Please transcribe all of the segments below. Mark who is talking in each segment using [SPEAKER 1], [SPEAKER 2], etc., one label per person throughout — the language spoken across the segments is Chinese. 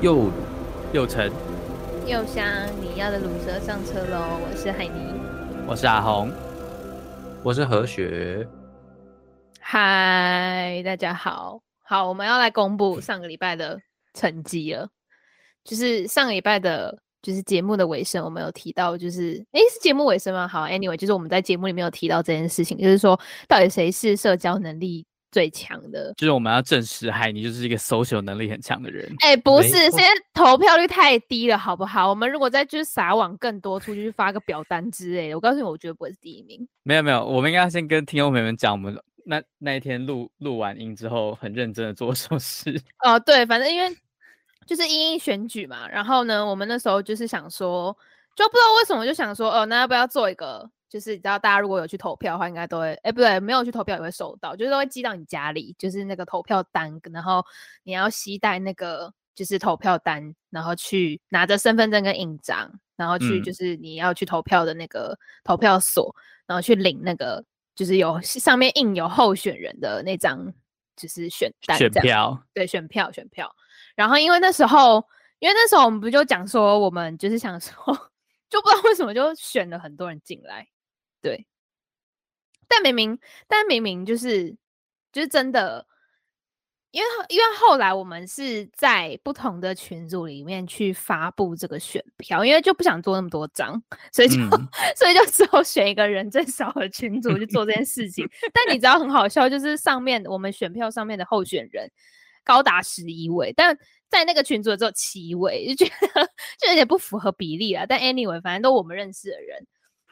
[SPEAKER 1] 右右城，
[SPEAKER 2] 又香，你要的卤蛇上车喽！我是海尼。
[SPEAKER 1] 我是阿红，我是何雪。
[SPEAKER 2] 嗨，大家好，好，我们要来公布上个礼拜的成绩了。就是上个礼拜的，就是节目的尾声，我们有提到，就是诶，是节目尾声吗？好，anyway，就是我们在节目里面有提到这件事情，就是说到底谁是社交能力最强的？
[SPEAKER 1] 就是我们要证实海尼就是一个 social 能力很强的人。
[SPEAKER 2] 哎、不
[SPEAKER 3] 没
[SPEAKER 2] 是，现
[SPEAKER 3] 错
[SPEAKER 2] 在投票率太低了，好不好？我们如果再去撒网更多出去发个表单之类的，我告诉你，我绝对不会是第一名。
[SPEAKER 1] 没有没有，我们应该要先跟听众朋友们讲，我们那那一天录录完音之后，很认真的做手事。
[SPEAKER 2] 哦，对，反正因为就是因应选举嘛，然后呢，我们那时候就是想说，就不知道为什么就想说，哦，那要不要做一个，就是你知道大家如果有去投票的话，应该都会，哎，不对，没有去投票也会收到，就是都会寄到你家里，就是那个投票单，然后你要携带那个就是投票单，然后去拿着身份证跟印章，然后去
[SPEAKER 1] 嗯
[SPEAKER 2] 就是你要去投票的那个投票所，然后去领那个就是有上面印有候选人的那张。就是选单
[SPEAKER 1] 选
[SPEAKER 2] 这样
[SPEAKER 1] 票，
[SPEAKER 2] 对，选票选票。然后因为那时候，因为那时候我们不就讲说，我们就是想说， 就不知道为什么就选了很多人进来，对。但明明，但明明就是就是真的，因为后因为后来我们是在不同的群组里面去发布这个选票，因为就不想做那么多张，所以就、
[SPEAKER 1] 嗯，
[SPEAKER 2] 所以就只有选一个人最少的群组去做这件事情。但你知道很好笑，就是上面我们选票上面的候选人高达十一位，但在那个群组只有七位，就觉得就有点不符合比例啊。但 anyway，反正都我们认识的人，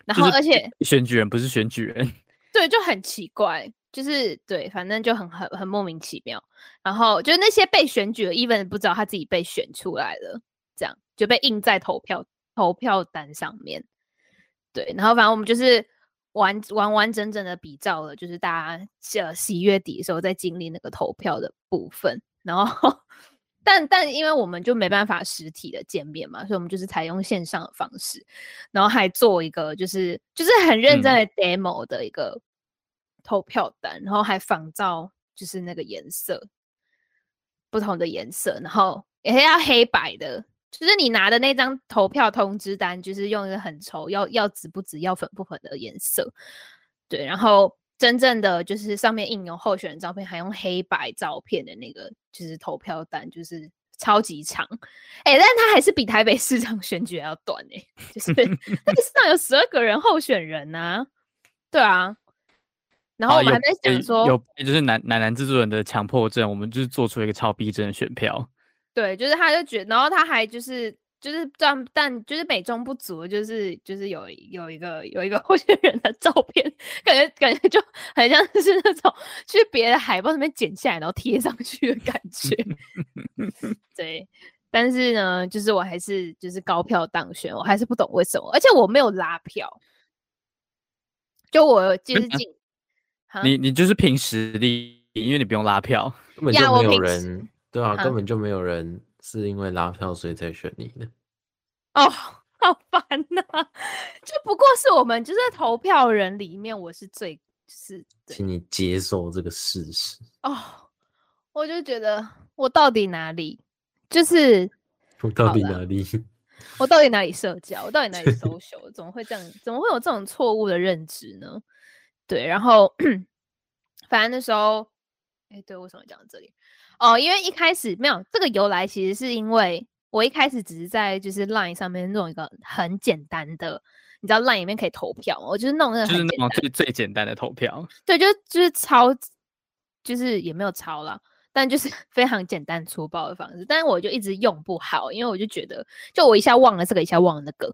[SPEAKER 2] 然
[SPEAKER 1] 就
[SPEAKER 2] 后
[SPEAKER 1] 是
[SPEAKER 2] 而且、
[SPEAKER 1] 选举人不是选举人，
[SPEAKER 2] 对，就很奇怪，就是对，反正就很很很莫名其妙。然后就是那些被选举的，even 不知道他自己被选出来了，这样就被印在投票投票单上面。对，然后反正我们就是完完完整整的比照了，就是大家呃十一月底的时候在经历那个投票的部分，然后 但但因为我们就没办法实体的见面嘛，所以我们就是采用线上的方式，然后还做一个就是就是很认真的 demo 的一个投票单，然后还仿照就是那个颜色不同的颜色，然后也要黑白的。就是你拿的那张投票通知单，就是用一个很稠，要要紫不紫，要粉不粉的颜色，对，然后真正的就是上面印有候选人照片，还用黑白照片的那个就是投票单，就是超级长，哎、但是它还是比台北市长选举还要短哎、就是 台 北市长有十二个人候选人呐、对啊，然后
[SPEAKER 1] 好
[SPEAKER 2] 我们
[SPEAKER 1] 有
[SPEAKER 2] 还在讲
[SPEAKER 1] 被
[SPEAKER 2] 说，
[SPEAKER 1] 有被就是男男男制作人的强迫症，我们就是做出一个超逼真的选票。
[SPEAKER 2] 对，就是他就觉然后他还就是就是但但就是美中不足，就是就是有有一个有一个候选人的照片，感觉感觉就很像是那种去别的海报上面剪下来然后贴上去的感觉。 对，但是呢，就是我还是就是高票当选，我还是不懂为什么，而且我没有拉票，就我就
[SPEAKER 1] 真
[SPEAKER 2] 是
[SPEAKER 1] 的
[SPEAKER 2] 进。啊
[SPEAKER 1] 你你就是凭实力，因为你不用拉票。
[SPEAKER 3] 根本
[SPEAKER 2] 呀
[SPEAKER 3] 就
[SPEAKER 2] 我
[SPEAKER 3] 没有
[SPEAKER 2] 平
[SPEAKER 3] 人，对啊，
[SPEAKER 2] 哈
[SPEAKER 3] 根本就没有人是因为拉票所以才选你的。
[SPEAKER 2] 哦，好烦呐、就不过是我们就是投票人里面，我是最就是对
[SPEAKER 3] 请你接受这个事实。
[SPEAKER 2] 哦，我就觉得我到底哪里就是
[SPEAKER 3] 我到
[SPEAKER 2] 好
[SPEAKER 3] 底
[SPEAKER 2] 了
[SPEAKER 3] 哪里？
[SPEAKER 2] 我到底哪里社交，我到底哪里 social，怎么会这样？怎么会有这种错误的认知呢？对，然后 反正那时候，哎，对，为什么讲到这里？哦，因为一开始没有这个由来，其实是因为我一开始只是在就是 Line 上面弄一个很简单的，你知道 Line 里面可以投票嘛，我就是弄那个
[SPEAKER 1] 就
[SPEAKER 2] 嗯很
[SPEAKER 1] 是那
[SPEAKER 2] 简
[SPEAKER 1] 种
[SPEAKER 2] 单
[SPEAKER 1] 最最简单的投票，
[SPEAKER 2] 对，就就是抄，就是也没有抄啦，但就是 非常简单粗暴的方式。但是我就一直用不好，因为我就觉得，就我一下忘了这个，一下忘了那个，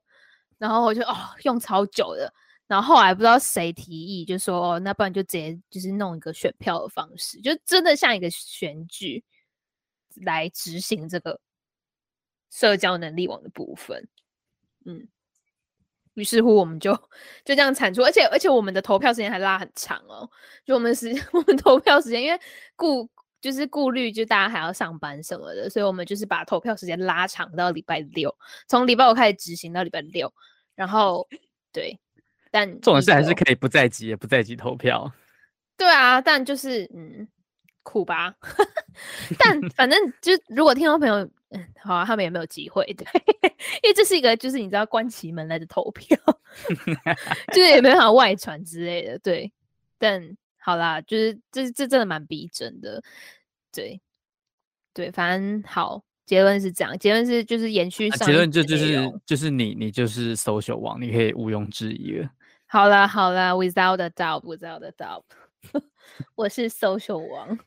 [SPEAKER 2] 然后我就哦用超久的。然后后来不知道谁提议，就说哦，那不然就直接就是弄一个选票的方式，就真的像一个选举来执行这个社交能力网的部分。嗯，于是乎我们就就这样产出，而且而且我们的投票时间还拉很长哦，就我们时 我们投票时间，因为顾就是顾虑，就大家还要上班什么的，所以我们就是把投票时间拉长到礼拜六，从礼拜五开始执行到礼拜六，然后对，但
[SPEAKER 1] 这种事还
[SPEAKER 2] 依
[SPEAKER 1] 是
[SPEAKER 2] 旧
[SPEAKER 1] 可以不在籍也不在籍投票。
[SPEAKER 2] 对啊，但就是嗯，酷吧？ 但反正就是如果听众朋友，嗯，好啊，他们也没有机会， 对，因为这是一个就是你知道关起门来的投票， 就是也没办法外传之类的，对。但好啦，就是这这真的蛮逼真的，对，对，反正好，结论是这样，结论是就是延续
[SPEAKER 1] 啊
[SPEAKER 2] 上、
[SPEAKER 1] 结论就就是就是你你就是 social 王，你可以毋庸置疑了。
[SPEAKER 2] 好啦好啦，without a doubt，without a doubt，我 是 social 王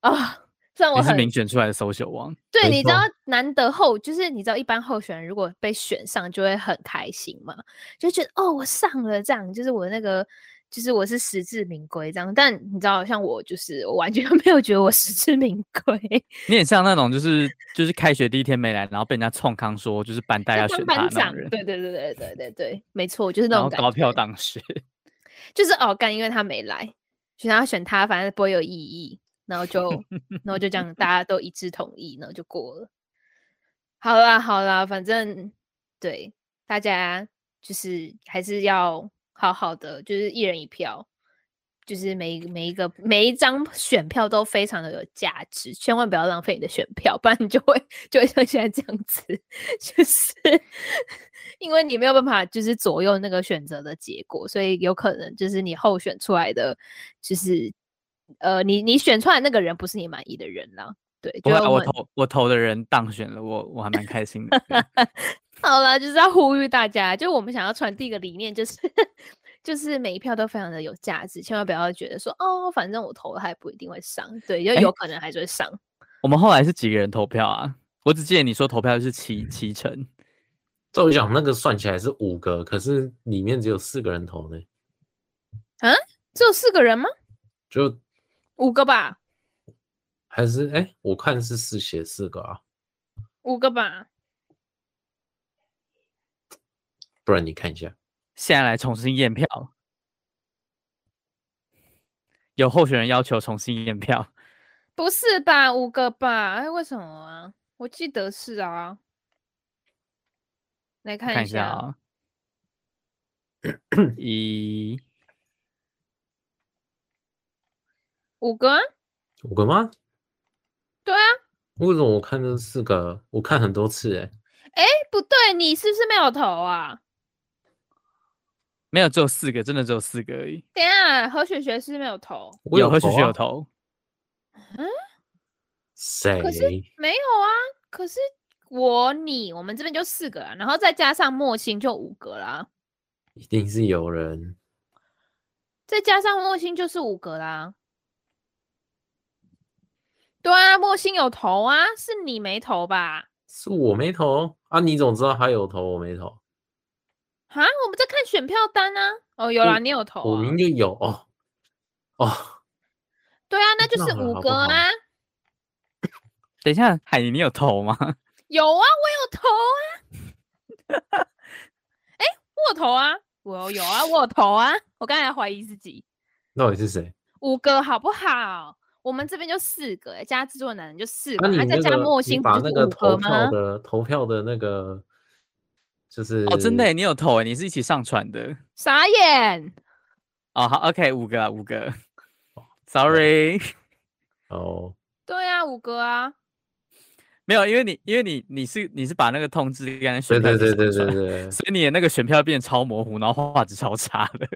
[SPEAKER 2] 啊、虽然我
[SPEAKER 1] 你是
[SPEAKER 2] 很
[SPEAKER 1] 民选出来的 social 王，
[SPEAKER 2] 对，
[SPEAKER 3] 没
[SPEAKER 2] 你知道
[SPEAKER 3] 错
[SPEAKER 2] 难得候，就是你知道一般候选人如果被选上就会很开心嘛，就觉得哦我上了这样，就是我那个就是我是实至名归这样。但你知道像我就是我完全 没有觉得我实至名归，
[SPEAKER 1] 你很像那种就是就是开学第一天没来，然后被人家冲康说就是班代要
[SPEAKER 2] 像
[SPEAKER 1] 选
[SPEAKER 2] 当
[SPEAKER 1] 他
[SPEAKER 2] 班
[SPEAKER 1] 那
[SPEAKER 2] 长
[SPEAKER 1] 种，人，
[SPEAKER 2] 对对对对对对对，没错，就是那
[SPEAKER 1] 然
[SPEAKER 2] 种
[SPEAKER 1] 后
[SPEAKER 2] 感
[SPEAKER 1] 高票
[SPEAKER 2] 觉
[SPEAKER 1] 当选。
[SPEAKER 2] 就是哦，干，因为他没来，所以他选他，反正不会有异议，然后就，然后就这样，大家都一致同意，然后就过了。好啦，好啦，反正对大家就是还是要好好的，就是一人一票，就是每一每一个每一张选票都非常的有价值，千万不要浪费你的选票，不然你就会就会像现在这样子，就是因为你没有办法就是左右那个选择的结果，所以有可能就是你候选出来的，就是呃，你你选出来那个人不是你满意的人啦。对，
[SPEAKER 1] 不
[SPEAKER 2] 就
[SPEAKER 1] 会啊，
[SPEAKER 2] 要
[SPEAKER 1] 我
[SPEAKER 2] 问
[SPEAKER 1] 投我投的人当选了，我我还蛮开心 的。对
[SPEAKER 2] 好了，就是要呼吁大家，就我们想要传递一个理念，就是就是每一票都非常的有价值，千万不要觉得说哦，反正我投了还不一定会上，对，就
[SPEAKER 1] 哎
[SPEAKER 2] 有可能还是会上。
[SPEAKER 1] 我们后来是几个人投票啊？我只记得你说投票是七七成，
[SPEAKER 3] 照理讲，那个算起来是五个，可是里面只有四个人投呢，
[SPEAKER 2] 只有四个人吗？
[SPEAKER 3] 就
[SPEAKER 2] 五个吧，
[SPEAKER 3] 还是哎、我看是四写四个啊，
[SPEAKER 2] 五个吧。
[SPEAKER 3] 不然你看一下，
[SPEAKER 1] 现在来重新验票。有候选人要求重新验票，
[SPEAKER 2] 不是吧？五个吧？哎，为什么啊？我记得是啊。来
[SPEAKER 1] 我
[SPEAKER 2] 看
[SPEAKER 1] 看
[SPEAKER 2] 一
[SPEAKER 1] 一下
[SPEAKER 2] 下，
[SPEAKER 1] 啊、一
[SPEAKER 2] 五个啊、
[SPEAKER 3] 五个吗？
[SPEAKER 2] 对啊。
[SPEAKER 3] 为什么我看这四个？我看很多次哎、
[SPEAKER 2] 哎，不对，你是不是没有投啊？
[SPEAKER 1] 没有，只有四个，真的只有四个而已。
[SPEAKER 2] 等一下，何雪雪是不是没有投，
[SPEAKER 3] 我
[SPEAKER 1] 何雪雪有
[SPEAKER 3] 啊，
[SPEAKER 1] 投，
[SPEAKER 3] 谁？
[SPEAKER 2] 可是没有啊。可是我你我们这边就四个啊，然后再加上莫欣就五个啦，
[SPEAKER 3] 一定是有人，
[SPEAKER 2] 再加上莫欣就是五个啦。对啊，莫欣有投啊，是你没投吧？
[SPEAKER 3] 是我没投啊？你怎么知道他有投我没投？
[SPEAKER 2] 啊，我们在看选票单啊。哦，有啦，
[SPEAKER 3] 我
[SPEAKER 2] 你有投、啊。
[SPEAKER 3] 我明就有哦哦，
[SPEAKER 2] 对啊，那
[SPEAKER 3] 知
[SPEAKER 2] 就
[SPEAKER 3] 道
[SPEAKER 2] 是
[SPEAKER 3] 了
[SPEAKER 2] 五
[SPEAKER 3] 好不
[SPEAKER 2] 个
[SPEAKER 3] 好
[SPEAKER 2] 啊，
[SPEAKER 1] 等一下，海尼你有投吗？
[SPEAKER 2] 有啊，我有投啊， 哎、啊我有投啊，我有有啊，我有投啊，我刚才怀疑自己，
[SPEAKER 3] 到底是谁？
[SPEAKER 2] 五个好不好？我们这边就四个、欸，加制作男人就四个，
[SPEAKER 3] 那
[SPEAKER 2] 啊
[SPEAKER 3] 你
[SPEAKER 2] 还再
[SPEAKER 3] 那
[SPEAKER 2] 加
[SPEAKER 3] 个
[SPEAKER 2] 莫
[SPEAKER 3] 你
[SPEAKER 2] 星不
[SPEAKER 3] 把
[SPEAKER 2] 就
[SPEAKER 3] 那
[SPEAKER 2] 是
[SPEAKER 3] 个
[SPEAKER 2] 五
[SPEAKER 3] 投
[SPEAKER 2] 个
[SPEAKER 3] 票
[SPEAKER 2] 吗？
[SPEAKER 3] 的投票的那个，就是
[SPEAKER 1] 哦，真的耶，你有投耶，你是一起上传的。
[SPEAKER 2] 傻眼，
[SPEAKER 1] 哦，好，OK，五个啊，五个。Sorry，
[SPEAKER 3] 哦，
[SPEAKER 2] 对啊，五个啊，
[SPEAKER 1] 没有，因为你因为你你是你是把那个通知跟
[SPEAKER 3] 对
[SPEAKER 1] 选票
[SPEAKER 3] 对
[SPEAKER 1] 一起
[SPEAKER 3] 对对
[SPEAKER 1] 上
[SPEAKER 3] 对
[SPEAKER 1] 传，
[SPEAKER 3] 对，
[SPEAKER 1] 所以你的那个选票变超模糊，然后画质超差的。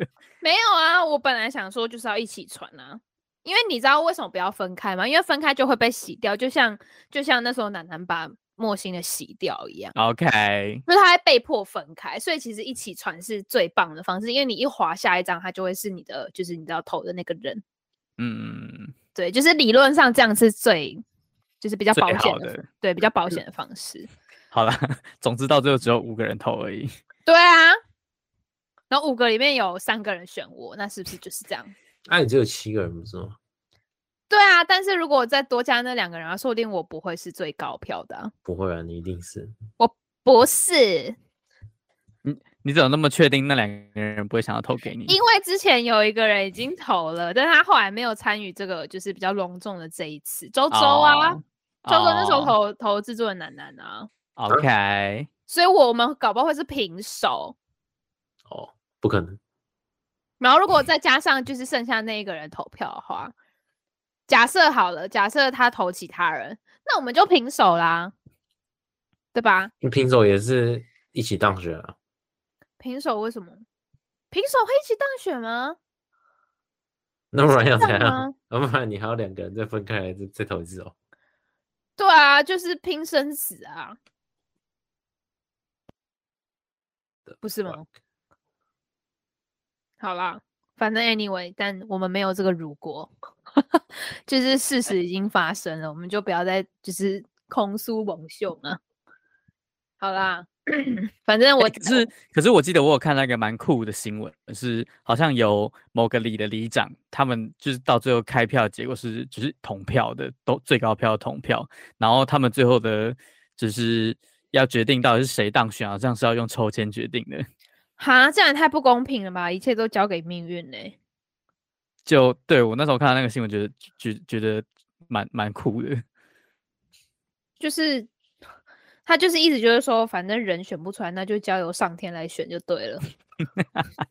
[SPEAKER 2] 没有啊，我本来想说就是要一起传啊。因为你知道为什么不要分开吗？因为分开就会被洗掉，就像就像那时候楠楠把莫星的洗掉一样。
[SPEAKER 1] OK，
[SPEAKER 2] 就是它会被迫分开，所以其实一起传是最棒的方式，因为你一滑下一张，它就会是你的，就是你知道投的那个人。
[SPEAKER 1] 嗯，
[SPEAKER 2] 对，就是理论上这样是最，就是比较
[SPEAKER 1] 最
[SPEAKER 2] 保
[SPEAKER 1] 好
[SPEAKER 2] 险的，
[SPEAKER 1] 的。
[SPEAKER 2] 对，比较保险的方式。
[SPEAKER 1] 好了，总之到最后只有五个人投而已。
[SPEAKER 2] 对啊，然后五个里面有三个人选我，那是不是就是这样？
[SPEAKER 3] 那也只有七个人不是吗？
[SPEAKER 2] 对啊，但是如果我再多加那两个人啊，说不定我不会是最高票的啊、
[SPEAKER 3] 不会啊，你一定是
[SPEAKER 2] 不是，
[SPEAKER 1] 你怎么那么确定那两个人不会想要投给你？
[SPEAKER 2] 因为之前有一个人已经投了，但他后来没有参与这个，就是比较隆重的这一次。周周啊，
[SPEAKER 1] 哦
[SPEAKER 2] 周周那时候
[SPEAKER 1] 哦
[SPEAKER 2] 投、投制作的楠楠啊，
[SPEAKER 1] OK，
[SPEAKER 2] 所以我们搞不好会是平手。
[SPEAKER 3] 哦，不可能，
[SPEAKER 2] 然后如果再加上就是剩下那一个人投票的话，假设好了，假设他投其他人，那我们就平手啦，对吧？
[SPEAKER 3] 平手也是一起当选啊，
[SPEAKER 2] 平手为什么？平手会一起当选吗？
[SPEAKER 3] 那不然要
[SPEAKER 2] 这
[SPEAKER 3] 怎
[SPEAKER 2] 样
[SPEAKER 3] 样？
[SPEAKER 2] 吗？
[SPEAKER 3] 要不然你还要两个人再分开来再再投一次哦。
[SPEAKER 2] 对啊，就是拼生死啊，不
[SPEAKER 1] 啊
[SPEAKER 2] 是吗？好啦，反正 anyway，但我们没有这个如果， 就是
[SPEAKER 1] 哎
[SPEAKER 2] 事实已经发生了，我们就不要再就是空苏猛秀了。好啦， 反正我
[SPEAKER 1] 哎可是可是我记得我有看到一个蛮酷的新闻，是好像有某个里的里长，他们就是到最后开票结果是就是同票的，都最高票同票，然后他们最后的就是要决定到底是谁当选，好像是要用抽签决定的。
[SPEAKER 2] 哈，这样也太不公平了吧！一切都交给命运呢、
[SPEAKER 1] 就对我那时候看到那个新闻，觉得觉觉得蛮蛮酷的。
[SPEAKER 2] 就是他就是意思就是说，反正人选不出来，那就交由上天来选就对了。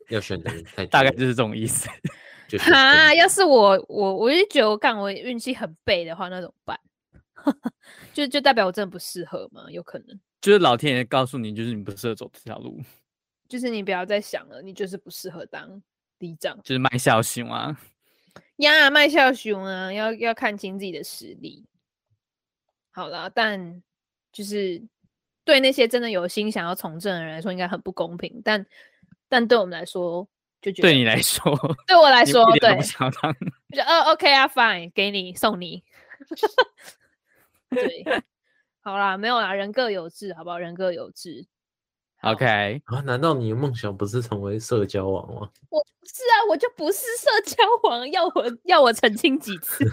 [SPEAKER 3] 要选的人太
[SPEAKER 1] 大概
[SPEAKER 3] 多
[SPEAKER 1] 就是这种意思。
[SPEAKER 3] 了就是
[SPEAKER 2] 哈，要是我我我就觉得我干我运气很背的话，那怎么办？ 就就代表我真的不适合吗？有可能，
[SPEAKER 1] 就是老天爷告诉你，就是你不适合走这条路，
[SPEAKER 2] 就是你不要再想了，你就是不适合当里长
[SPEAKER 1] 就是卖笑熊啊。
[SPEAKER 2] 呀。麦孝雄啊，要要看清自己的实力。好啦，但就是对那些真的有心想要从政的人来说，应该很不公平。但但对我们来说，就觉得
[SPEAKER 1] 对你来说，
[SPEAKER 2] 对我来
[SPEAKER 1] 你
[SPEAKER 2] 说，
[SPEAKER 1] 一点都
[SPEAKER 2] 对
[SPEAKER 1] 不，想当。
[SPEAKER 2] 我就呃，OK 啊，fine，给你，送 你。对，好啦，没有啦，人各有志，好不好？人各有志。好
[SPEAKER 1] OK，
[SPEAKER 3] 啊？难道你的梦想不是成为社交王吗？
[SPEAKER 2] 我不是啊，我就不是社交王，要我要我澄清几 次？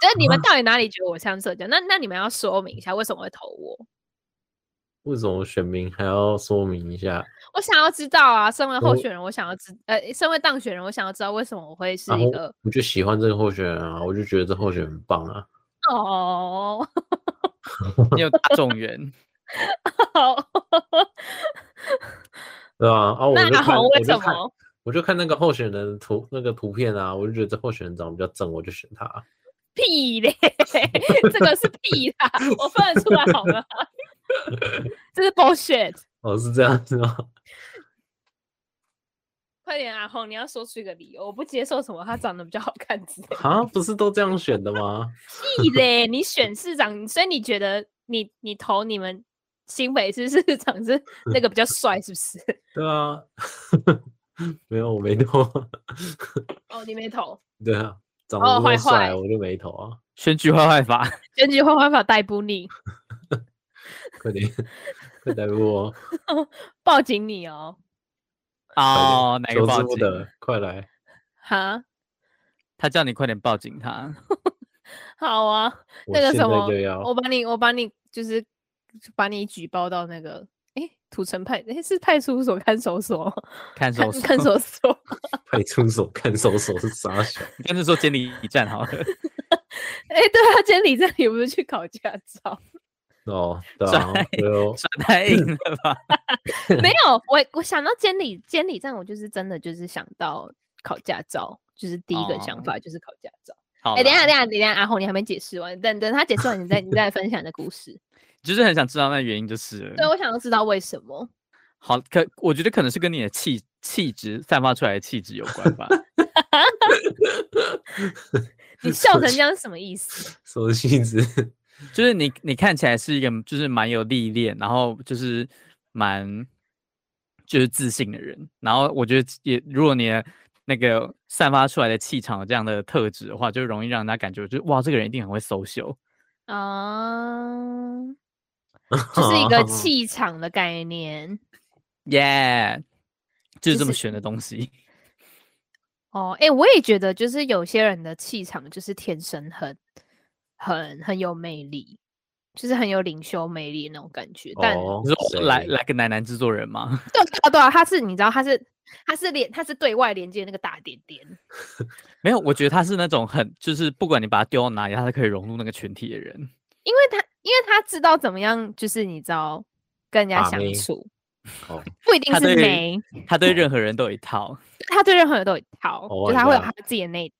[SPEAKER 2] 就是你们到底哪里觉得我像社交？那那你们要说明一下为什么会投我？
[SPEAKER 3] 为什么选民还要说明一下？
[SPEAKER 2] 我想要知道啊，身为候
[SPEAKER 3] 我
[SPEAKER 2] 选人，我想要知，呃，身为当选人，我想要知道为什么我会是
[SPEAKER 3] 然
[SPEAKER 2] 一
[SPEAKER 3] 后
[SPEAKER 2] 个
[SPEAKER 3] 啊我就喜欢这个候选人啊，我就觉得这候选人很棒啊。
[SPEAKER 2] 哦，
[SPEAKER 1] 你有大众缘，
[SPEAKER 3] 对啊，啊，我就
[SPEAKER 2] 那
[SPEAKER 3] 看，
[SPEAKER 2] 红
[SPEAKER 3] 我
[SPEAKER 2] 为什
[SPEAKER 3] 就看，
[SPEAKER 2] 么？
[SPEAKER 3] 我就看那个候选人的图，那个图片啊，我就觉得这候选人长得比较正，我就选他。
[SPEAKER 2] 屁嘞，这个是屁啦，我分得出来好吗？ 这是 bullshit！
[SPEAKER 3] 哦，是这样子吗？
[SPEAKER 2] 快点啊，红，你要说出一个理由，我不接受什么他长得比较好看之类的。
[SPEAKER 3] 啊，不是都这样选的吗？
[SPEAKER 2] 屁嘞，你选市长，所以你觉得你你投你们新北市市长是那个比较帅，是不是？
[SPEAKER 3] 对啊， 没有，我没 投。
[SPEAKER 2] 哦，你没投，
[SPEAKER 3] 对啊，长
[SPEAKER 2] 哦
[SPEAKER 3] 得不
[SPEAKER 2] 坏
[SPEAKER 3] 够帅，
[SPEAKER 2] 坏
[SPEAKER 3] 我就没投啊。
[SPEAKER 1] 选举坏坏法。
[SPEAKER 2] 选举会办法逮捕你，
[SPEAKER 3] 快点， 快逮捕我！
[SPEAKER 2] 报警你哦，
[SPEAKER 1] 哦，哪
[SPEAKER 3] 求
[SPEAKER 1] 个
[SPEAKER 3] 之
[SPEAKER 1] 报
[SPEAKER 3] 不
[SPEAKER 1] 警？
[SPEAKER 3] 得，快来！
[SPEAKER 2] 哈，
[SPEAKER 1] 他叫你快点报警他。
[SPEAKER 2] 好啊，
[SPEAKER 3] 我
[SPEAKER 2] 那个
[SPEAKER 3] 现
[SPEAKER 2] 什
[SPEAKER 3] 在
[SPEAKER 2] 么
[SPEAKER 3] 就要
[SPEAKER 2] 我把你，我把你，就是把你举报到那个，诶，土城派，诶，是派出所、看守所吗、
[SPEAKER 1] 看守 所，
[SPEAKER 2] 看 看守所、
[SPEAKER 3] 派出所 看守所是傻小。
[SPEAKER 1] 你跟他说监理站好了，
[SPEAKER 2] 诶，对啊，监理站里不是去考驾 照？
[SPEAKER 3] 哦，对
[SPEAKER 1] 帅
[SPEAKER 3] 啊，我 有
[SPEAKER 1] 算太硬了吧？
[SPEAKER 2] 没有，我我想到监理监理站，我就是真的就是想到考驾照，就是第一个想
[SPEAKER 1] 哦
[SPEAKER 2] 法就是考驾照。
[SPEAKER 1] 好
[SPEAKER 2] 哎诶，等一
[SPEAKER 1] 啦
[SPEAKER 2] 下，等一下，等一下，阿红，你还没解释完，等等他解释完，你再你再分享你的故 事。
[SPEAKER 1] 就是很想知道那原因就是
[SPEAKER 2] 对，
[SPEAKER 1] 了。
[SPEAKER 2] 我想要知道为什么。
[SPEAKER 1] 好，可我觉得可能是跟你的气气质散发出来的气质有关吧。
[SPEAKER 2] 你笑成这样是什么意思？
[SPEAKER 3] 什么性质？
[SPEAKER 1] 就是你你看起来是一个就是蛮有历练，然后就是蛮就是自信的人，然后我觉得也如果你的那个散发出来的气场有这样的特质的话，就容易让人家感觉就是哇，这个人一定很会 social。
[SPEAKER 2] 啊、 就是一个气场的概念。
[SPEAKER 1] 耶，就是
[SPEAKER 2] 就
[SPEAKER 1] 这么
[SPEAKER 2] 是
[SPEAKER 1] 选的东西。
[SPEAKER 2] 哦，哎、我也觉得，就是有些人的气场就是天生很、很、很有魅力，就是很有领袖魅力那种感觉。但
[SPEAKER 3] 哦
[SPEAKER 1] 你说来
[SPEAKER 3] 谁
[SPEAKER 1] 来个奶奶制作人吗？
[SPEAKER 2] 对啊，对啊，他是你知道，他是他是连他是对外连接那个大点点。
[SPEAKER 1] 没有，我觉得他是那种很就是不管你把他丢到哪里，他都可以融入那个群体的人。
[SPEAKER 2] 因为他因为他知道怎么样，就是你知道跟人家
[SPEAKER 3] 把
[SPEAKER 2] 相
[SPEAKER 3] 妹
[SPEAKER 2] 处，
[SPEAKER 3] 哦
[SPEAKER 2] 不一定
[SPEAKER 1] 他
[SPEAKER 2] 是
[SPEAKER 1] 对
[SPEAKER 2] 没，
[SPEAKER 1] 他对任何人都有一套。
[SPEAKER 2] 他对任何人都有一套，
[SPEAKER 3] 哦
[SPEAKER 2] 就
[SPEAKER 3] 我
[SPEAKER 2] 他会有
[SPEAKER 3] 知
[SPEAKER 2] 他
[SPEAKER 3] 道
[SPEAKER 2] 自己的那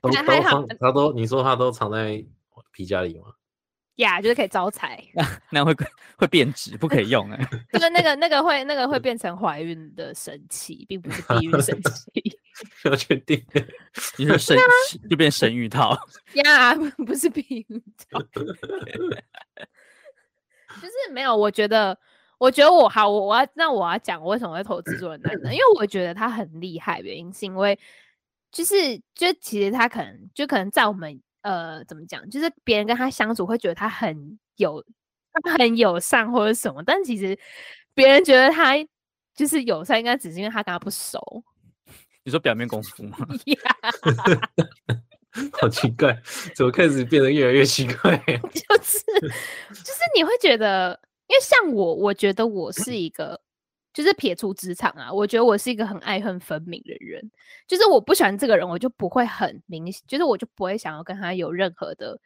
[SPEAKER 3] 都
[SPEAKER 2] 那还
[SPEAKER 3] 都
[SPEAKER 2] 好呃
[SPEAKER 3] 放，他都你说他都藏在皮夹里吗？
[SPEAKER 2] 呀就是可以招财，
[SPEAKER 1] 那会会变质，不可以用哎、
[SPEAKER 2] 就是那个那个会那个会变成怀孕的神器，并不是避孕神器
[SPEAKER 3] 要确定，
[SPEAKER 1] 你说神
[SPEAKER 2] 啊
[SPEAKER 1] 就变神玉套，
[SPEAKER 2] 呀不 是避孕套 就是没有。我觉得，我觉得我好，我我要那我要讲我为什么会投资做人男呢？因为我觉得他很厉害，原因是因为就是就其实他可能就可能在我们呃怎么讲，就是别人跟他相处会觉得他很有他很友善或者什么，但其实别人觉得他就是友善，应该只是因为他跟他不熟。
[SPEAKER 1] 你说表面功夫吗？
[SPEAKER 2] 呀，
[SPEAKER 3] 好奇怪，怎么开始变得越来越奇怪？
[SPEAKER 2] 就是就是你会觉得，因为像我，我觉得我是一个，就是撇除职场啊，我觉得我是一个很爱恨分明的人，就是我不喜欢这个人，我就不会很明，就是我就不会想要跟他有任何的，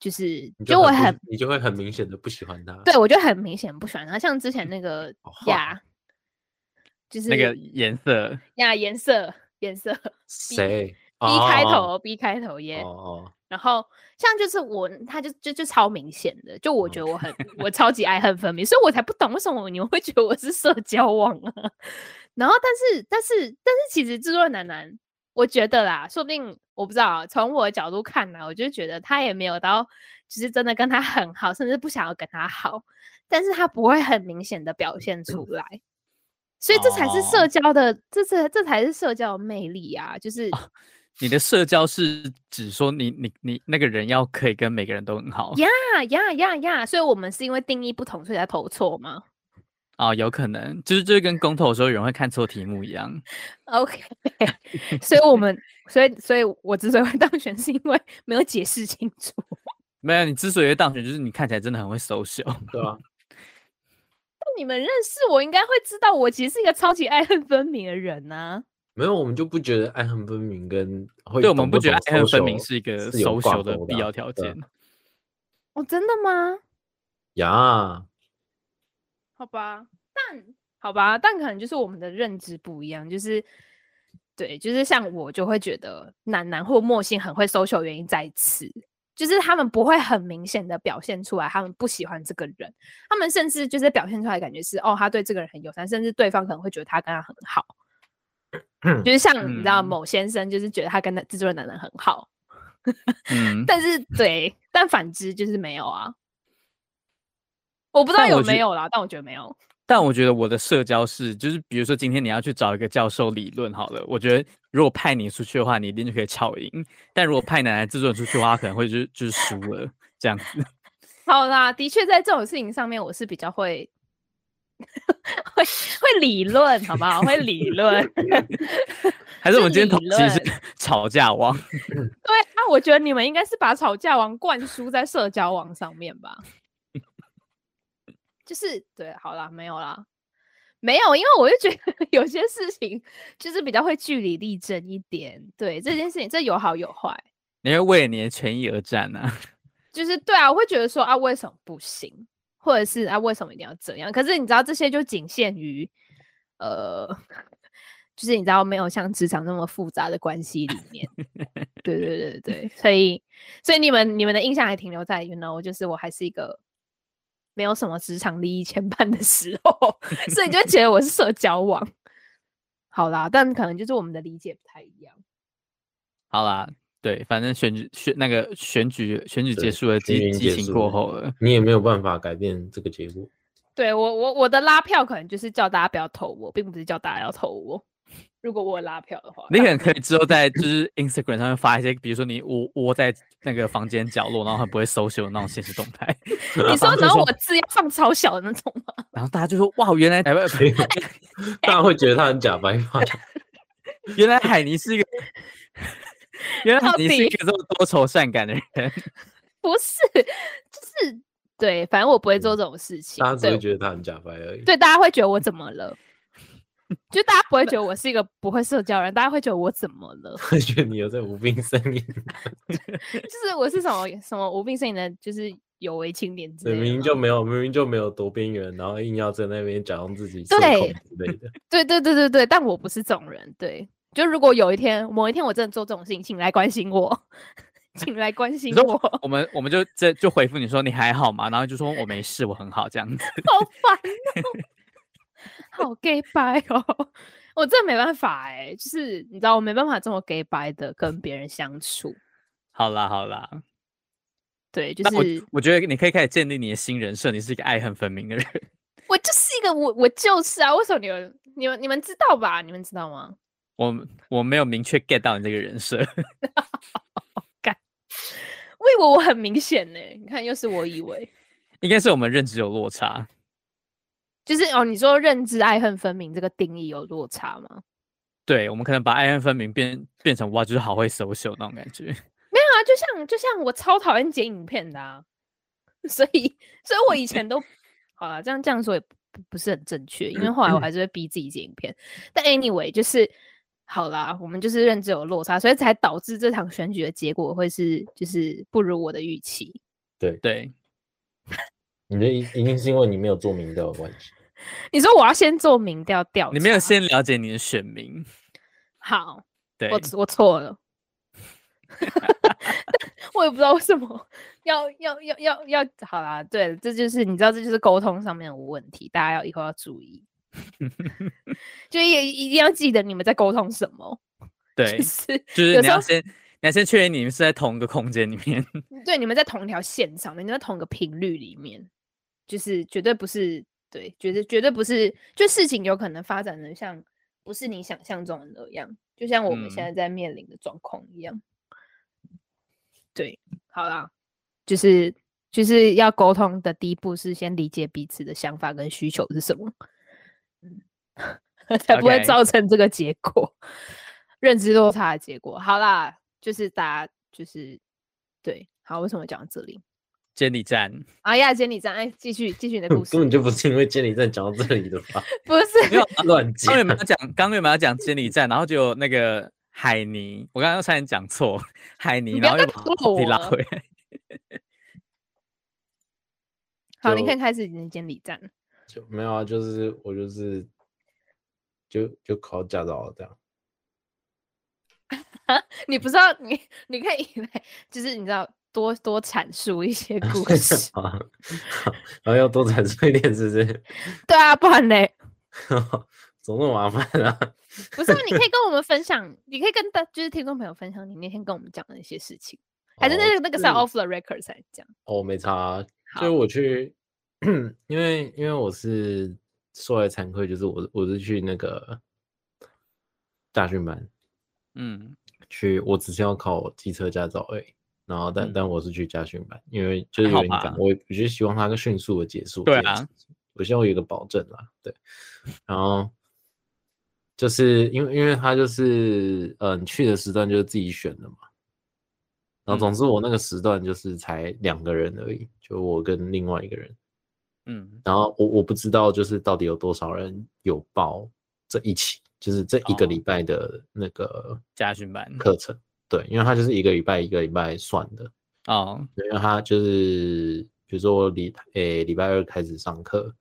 [SPEAKER 2] 就是
[SPEAKER 3] 你
[SPEAKER 2] 就我
[SPEAKER 3] 不
[SPEAKER 2] 很
[SPEAKER 3] 你就会很明显的不喜欢他。
[SPEAKER 2] 对我就很明显不喜欢他，像之前那个
[SPEAKER 3] 好坏
[SPEAKER 2] 呀，就 是
[SPEAKER 1] 那个颜色，
[SPEAKER 2] 呀颜色颜色 B
[SPEAKER 3] 谁？B
[SPEAKER 2] 开头 B 开头耶。
[SPEAKER 3] 哦
[SPEAKER 2] 然后像就是我，他就就就超明显的，就我觉得我很我超级爱恨分明，所以我才不懂为什么你们会觉得我是社交网啊。 然后但是但是但是其实制作人楠楠，我觉得啦，说不定我不知道啊，从我的角度看啊呢，我就觉得他也没有到就是真的跟他很好，甚至不想要跟他好，但是他不会很明显的表现出来。所以这才是社
[SPEAKER 1] 哦
[SPEAKER 2] 交的，这这这才是社交的魅力啊！就是
[SPEAKER 1] 你的社交是指说你你你那个人要可以跟每个人都很好
[SPEAKER 2] 呀呀呀呀！所以我们是因为定义不同，所以才投错吗
[SPEAKER 1] 啊、有可能就是就是跟公投的时候有人会看错题目一样，
[SPEAKER 2] ？OK，所以我们，所以，所以我之所以会当选，是因为没有解释清 楚。
[SPEAKER 1] 没有你之所以会当选，就是你看起来真的很会 social，
[SPEAKER 3] 对啊，
[SPEAKER 2] 你们认识我，应该会知道我其实是一个超级爱恨分明的人啊呐、
[SPEAKER 3] 没有，我们就不觉得爱恨分明跟会
[SPEAKER 1] 对我们
[SPEAKER 3] 懂
[SPEAKER 1] 不觉得
[SPEAKER 3] 懂
[SPEAKER 1] 爱恨分
[SPEAKER 3] social
[SPEAKER 1] 明是一个
[SPEAKER 3] 是有
[SPEAKER 1] social
[SPEAKER 3] 挂
[SPEAKER 1] 的
[SPEAKER 3] 钩
[SPEAKER 1] 必
[SPEAKER 3] 啊
[SPEAKER 1] 要条
[SPEAKER 3] 对啊
[SPEAKER 1] 件。
[SPEAKER 2] 哦，真的吗？
[SPEAKER 3] 呀。
[SPEAKER 2] 好吧，但好吧，但可能就是我们的认知不一样，就是对，就是像我就会觉得楠楠或莫欣很会 social，原因在此，就是他们不会很明显的表现出来，他们不喜欢这个人，他们甚至就是表现出来感觉是哦，他对这个人很友善，甚至对方可能会觉得他跟他很好，就是像你知道
[SPEAKER 1] 嗯
[SPEAKER 2] 某先生就是觉得他跟那制作人楠楠很好，
[SPEAKER 1] 嗯，
[SPEAKER 2] 但是对，但反之就是没有啊，我不知道
[SPEAKER 1] 但
[SPEAKER 2] 有
[SPEAKER 1] 我觉
[SPEAKER 2] 没有啦，但我觉得没有，
[SPEAKER 1] 但我觉得我的社交是，就是比如说今天你要去找一个教授理论好了，我觉得如果派你出去的话，你一定就可以翘赢；但如果派奶奶制作人出去的话，他可能会就是就是输了这样子。
[SPEAKER 2] 好啦，的确在这种事情上面，我是比较会 会会理论，好不好？会理论。
[SPEAKER 1] 还是我们
[SPEAKER 2] 是
[SPEAKER 1] 今天同
[SPEAKER 2] 理
[SPEAKER 1] 期是
[SPEAKER 2] 论
[SPEAKER 1] 吵架王？
[SPEAKER 2] 对啊，我觉得你们应该是把吵架王灌输在社交网上面吧。就是对，好啦，没有啦，没有，因为我就觉得 有些事情就是比较会据理力争一点。对这件事情，这有好有坏。
[SPEAKER 1] 你会为了你的权益而战呢、啊？
[SPEAKER 2] 就是对啊，我会觉得说啊，为什么不行，或者是啊，为什么一定要这样？可是你知道，这些就仅限于，呃，就是你知道，没有像职场那么复杂的关系里面。对对对对，所以所以你们你们的印象还停留在，you know，就是我还是一个没有什么职场利益牵绊的时候，所以你就会觉得我是社交网。好啦，但可能就是我们的理解不太一样。
[SPEAKER 1] 好啦，对，反正选举选那个选举选举
[SPEAKER 3] 对
[SPEAKER 1] 结束了，
[SPEAKER 3] 选举
[SPEAKER 1] 激
[SPEAKER 3] 已经
[SPEAKER 1] 激
[SPEAKER 3] 结
[SPEAKER 1] 情
[SPEAKER 3] 束
[SPEAKER 1] 过
[SPEAKER 3] 了
[SPEAKER 1] 后了。
[SPEAKER 3] 你也没有办法改变这个结果。
[SPEAKER 2] 对我我我的拉票可能就是叫大家不要投我，并不是叫大家要投我。 如果我有拉票的话，
[SPEAKER 1] 你可能可以之后在就是 Instagram 上面发一些，比如说你窝窝在那个房间角落，然后很不会收手的那种现实动态，
[SPEAKER 2] 你说
[SPEAKER 1] 然后就
[SPEAKER 2] 然后
[SPEAKER 1] 说
[SPEAKER 2] 我字要放超小的那种吗？
[SPEAKER 1] 然后大家就说哇，原来哎台湾
[SPEAKER 3] 没有 大家会觉得他很假白发，
[SPEAKER 1] 原来海尼 是一个，原来海
[SPEAKER 2] 到
[SPEAKER 1] 尼是一
[SPEAKER 2] 底
[SPEAKER 1] 个这么多愁善感的人。
[SPEAKER 2] 不是，就是对，反正我不会做
[SPEAKER 3] 嗯
[SPEAKER 2] 这种事情
[SPEAKER 3] 大家。只会
[SPEAKER 2] 对
[SPEAKER 3] 觉得他很假白而已。
[SPEAKER 2] 对，大家会觉得我怎么了？ 就大家不会觉得我是一个不会社交的人，大家会觉得我怎么了？
[SPEAKER 3] 会觉得你有在无病呻吟，
[SPEAKER 2] 就是我是什么什么无病呻吟的，就是有为青年之
[SPEAKER 3] 对，
[SPEAKER 2] 类的
[SPEAKER 3] 明明
[SPEAKER 2] 吗
[SPEAKER 3] 就没有，明明就没有多边缘，然后硬要在那边假装自己社恐
[SPEAKER 2] 对
[SPEAKER 3] 之类的。
[SPEAKER 2] 对对对对对，但我不是这种人，对，就如果有一天，某一天我真的做这种事情，请来关心我， 请来关
[SPEAKER 1] 你
[SPEAKER 2] 心
[SPEAKER 1] 说
[SPEAKER 2] 我，
[SPEAKER 1] 我
[SPEAKER 2] 好
[SPEAKER 1] 我们我们就这就回复你说你还好吗？然后就说我没事，我很好这样子。
[SPEAKER 2] 烦哦，好 gay 掰哦， 我真的没办法哎、就是你知道我没办法这么 gay 掰的跟别人相处，
[SPEAKER 1] 好啦好啦，
[SPEAKER 2] 对，就
[SPEAKER 1] 那我
[SPEAKER 2] 是
[SPEAKER 1] 我觉得你可以开始建立你的新人设，你是一个爱恨分明的人。
[SPEAKER 2] 我就是一个我我就是啊，为什么你们你们你们知道吧？你们知道吗？
[SPEAKER 1] 我我没有明确 get 到你这个人设，
[SPEAKER 2] 我以为我很明显呢、你看又是我以为，
[SPEAKER 1] 应该是我们认知有落差。
[SPEAKER 2] 就是哦，你说认知爱恨分明这个定义有落差吗？
[SPEAKER 1] 对，我们可能把爱恨分明变变成哇，就是好会 social 那种感觉。
[SPEAKER 2] 对啊，就像就像我超讨厌剪影片的啊， 所以所以我以前都 好了，这样这样说也不不是很正确，因
[SPEAKER 1] 嗯
[SPEAKER 2] 为后来我还是会逼自己剪影片。但 anyway，就是好啦，我们就是认知有落差，所以才导致这场选举的结果会是就是不如我的预期。
[SPEAKER 1] 对，
[SPEAKER 3] 你的一一定是因为你没有做民调的关系。
[SPEAKER 2] 你说我要先做民调调查，
[SPEAKER 1] 你没有先了解你的选民。
[SPEAKER 2] 好，
[SPEAKER 1] 对，
[SPEAKER 2] 哦我我错了。我也不知道为什么要要要要要好啦，对了，这就是你知道，这就是沟通上面的问题，大家要以后要注意，就也一定要记得你们在沟通什么，
[SPEAKER 1] 对
[SPEAKER 2] 就，是
[SPEAKER 1] 就是
[SPEAKER 2] 有
[SPEAKER 1] 你
[SPEAKER 2] 时
[SPEAKER 1] 要
[SPEAKER 2] 候
[SPEAKER 1] 先你要先确认你们是在同一个空间里面。
[SPEAKER 2] 对你们在同一条线上面，你们在同一个频率里面，就是绝对不是对，绝对绝对不是，就事情有可能发展的像不是你想象中的那样，就像我们
[SPEAKER 1] 嗯
[SPEAKER 2] 现在在面临的状况一样。对，好啦，就是就是要沟通的第一步是先理解彼此的想法跟需求是什么，嗯， 才不会
[SPEAKER 1] OK
[SPEAKER 2] 造成这个结果， 认知落差的结果。好啦，就是大家就是对，好，为什么讲到这里？
[SPEAKER 1] 监理 站，
[SPEAKER 2] 啊呀，监理站，哎，继续继续你的故事，
[SPEAKER 3] 根本就不是因为监理站讲到这里的吧？
[SPEAKER 2] 不
[SPEAKER 1] 没有
[SPEAKER 2] 是
[SPEAKER 3] 乱
[SPEAKER 1] 刚原
[SPEAKER 3] 讲。
[SPEAKER 1] 本要讲，刚原本要讲监理站，然后就那个海尼，我刚刚差点讲错海尼，
[SPEAKER 2] 你不
[SPEAKER 1] 然
[SPEAKER 2] 要
[SPEAKER 1] 后又
[SPEAKER 2] 再
[SPEAKER 1] 把
[SPEAKER 2] 透露
[SPEAKER 1] 自己拉
[SPEAKER 2] 我了
[SPEAKER 1] 回来。
[SPEAKER 2] 好，你可以
[SPEAKER 3] 就
[SPEAKER 2] 开始你的监理站。
[SPEAKER 3] 就没有啊，就是我就是就就考驾照了这样。
[SPEAKER 2] 你不知道，你你可以来，就是你知道多多阐述一些故 事。
[SPEAKER 3] 好啊，好然后要多产出一点，是不是？
[SPEAKER 2] 对啊，不然嘞，
[SPEAKER 3] 怎么那么麻烦啊？
[SPEAKER 2] 不是、啊，你可以跟我们分享，你可以跟大就是听众朋友分享你那天跟我们讲的一些事情，还是那
[SPEAKER 3] 哦
[SPEAKER 2] 个那个是要
[SPEAKER 3] 是
[SPEAKER 2] off the record 才讲。
[SPEAKER 3] 哦，没差啊，
[SPEAKER 2] 好
[SPEAKER 3] 就我去，因为因为我是说来惭愧，就是我我是去那个驾训班
[SPEAKER 1] 嗯，
[SPEAKER 3] 去，我只是要考机车驾照而已。然后但，
[SPEAKER 1] 嗯
[SPEAKER 3] 但我是去驾训班，因为就是
[SPEAKER 1] 还好
[SPEAKER 3] 有点赶
[SPEAKER 1] 吧，
[SPEAKER 3] 我我就希望它个迅速的结束。
[SPEAKER 1] 对
[SPEAKER 3] 这件
[SPEAKER 1] 啊
[SPEAKER 3] 事情，我希望有一个保证啦。对，然后就是因为因为它就是嗯、呃你去的时段就是自己选的嘛。然后，总
[SPEAKER 1] 嗯
[SPEAKER 3] 之我那个时段就是才两个人而已，就我跟另外一个人。
[SPEAKER 1] 嗯，
[SPEAKER 3] 然后我我不知道就是到底有多少人有报这一期，就是这一
[SPEAKER 1] 哦
[SPEAKER 3] 个礼拜的那个
[SPEAKER 1] 家训班
[SPEAKER 3] 课程。对，因为它就是一个礼拜一个礼拜算的，
[SPEAKER 1] 哦，
[SPEAKER 3] 因为它就是比如说我礼诶礼拜二开始上课，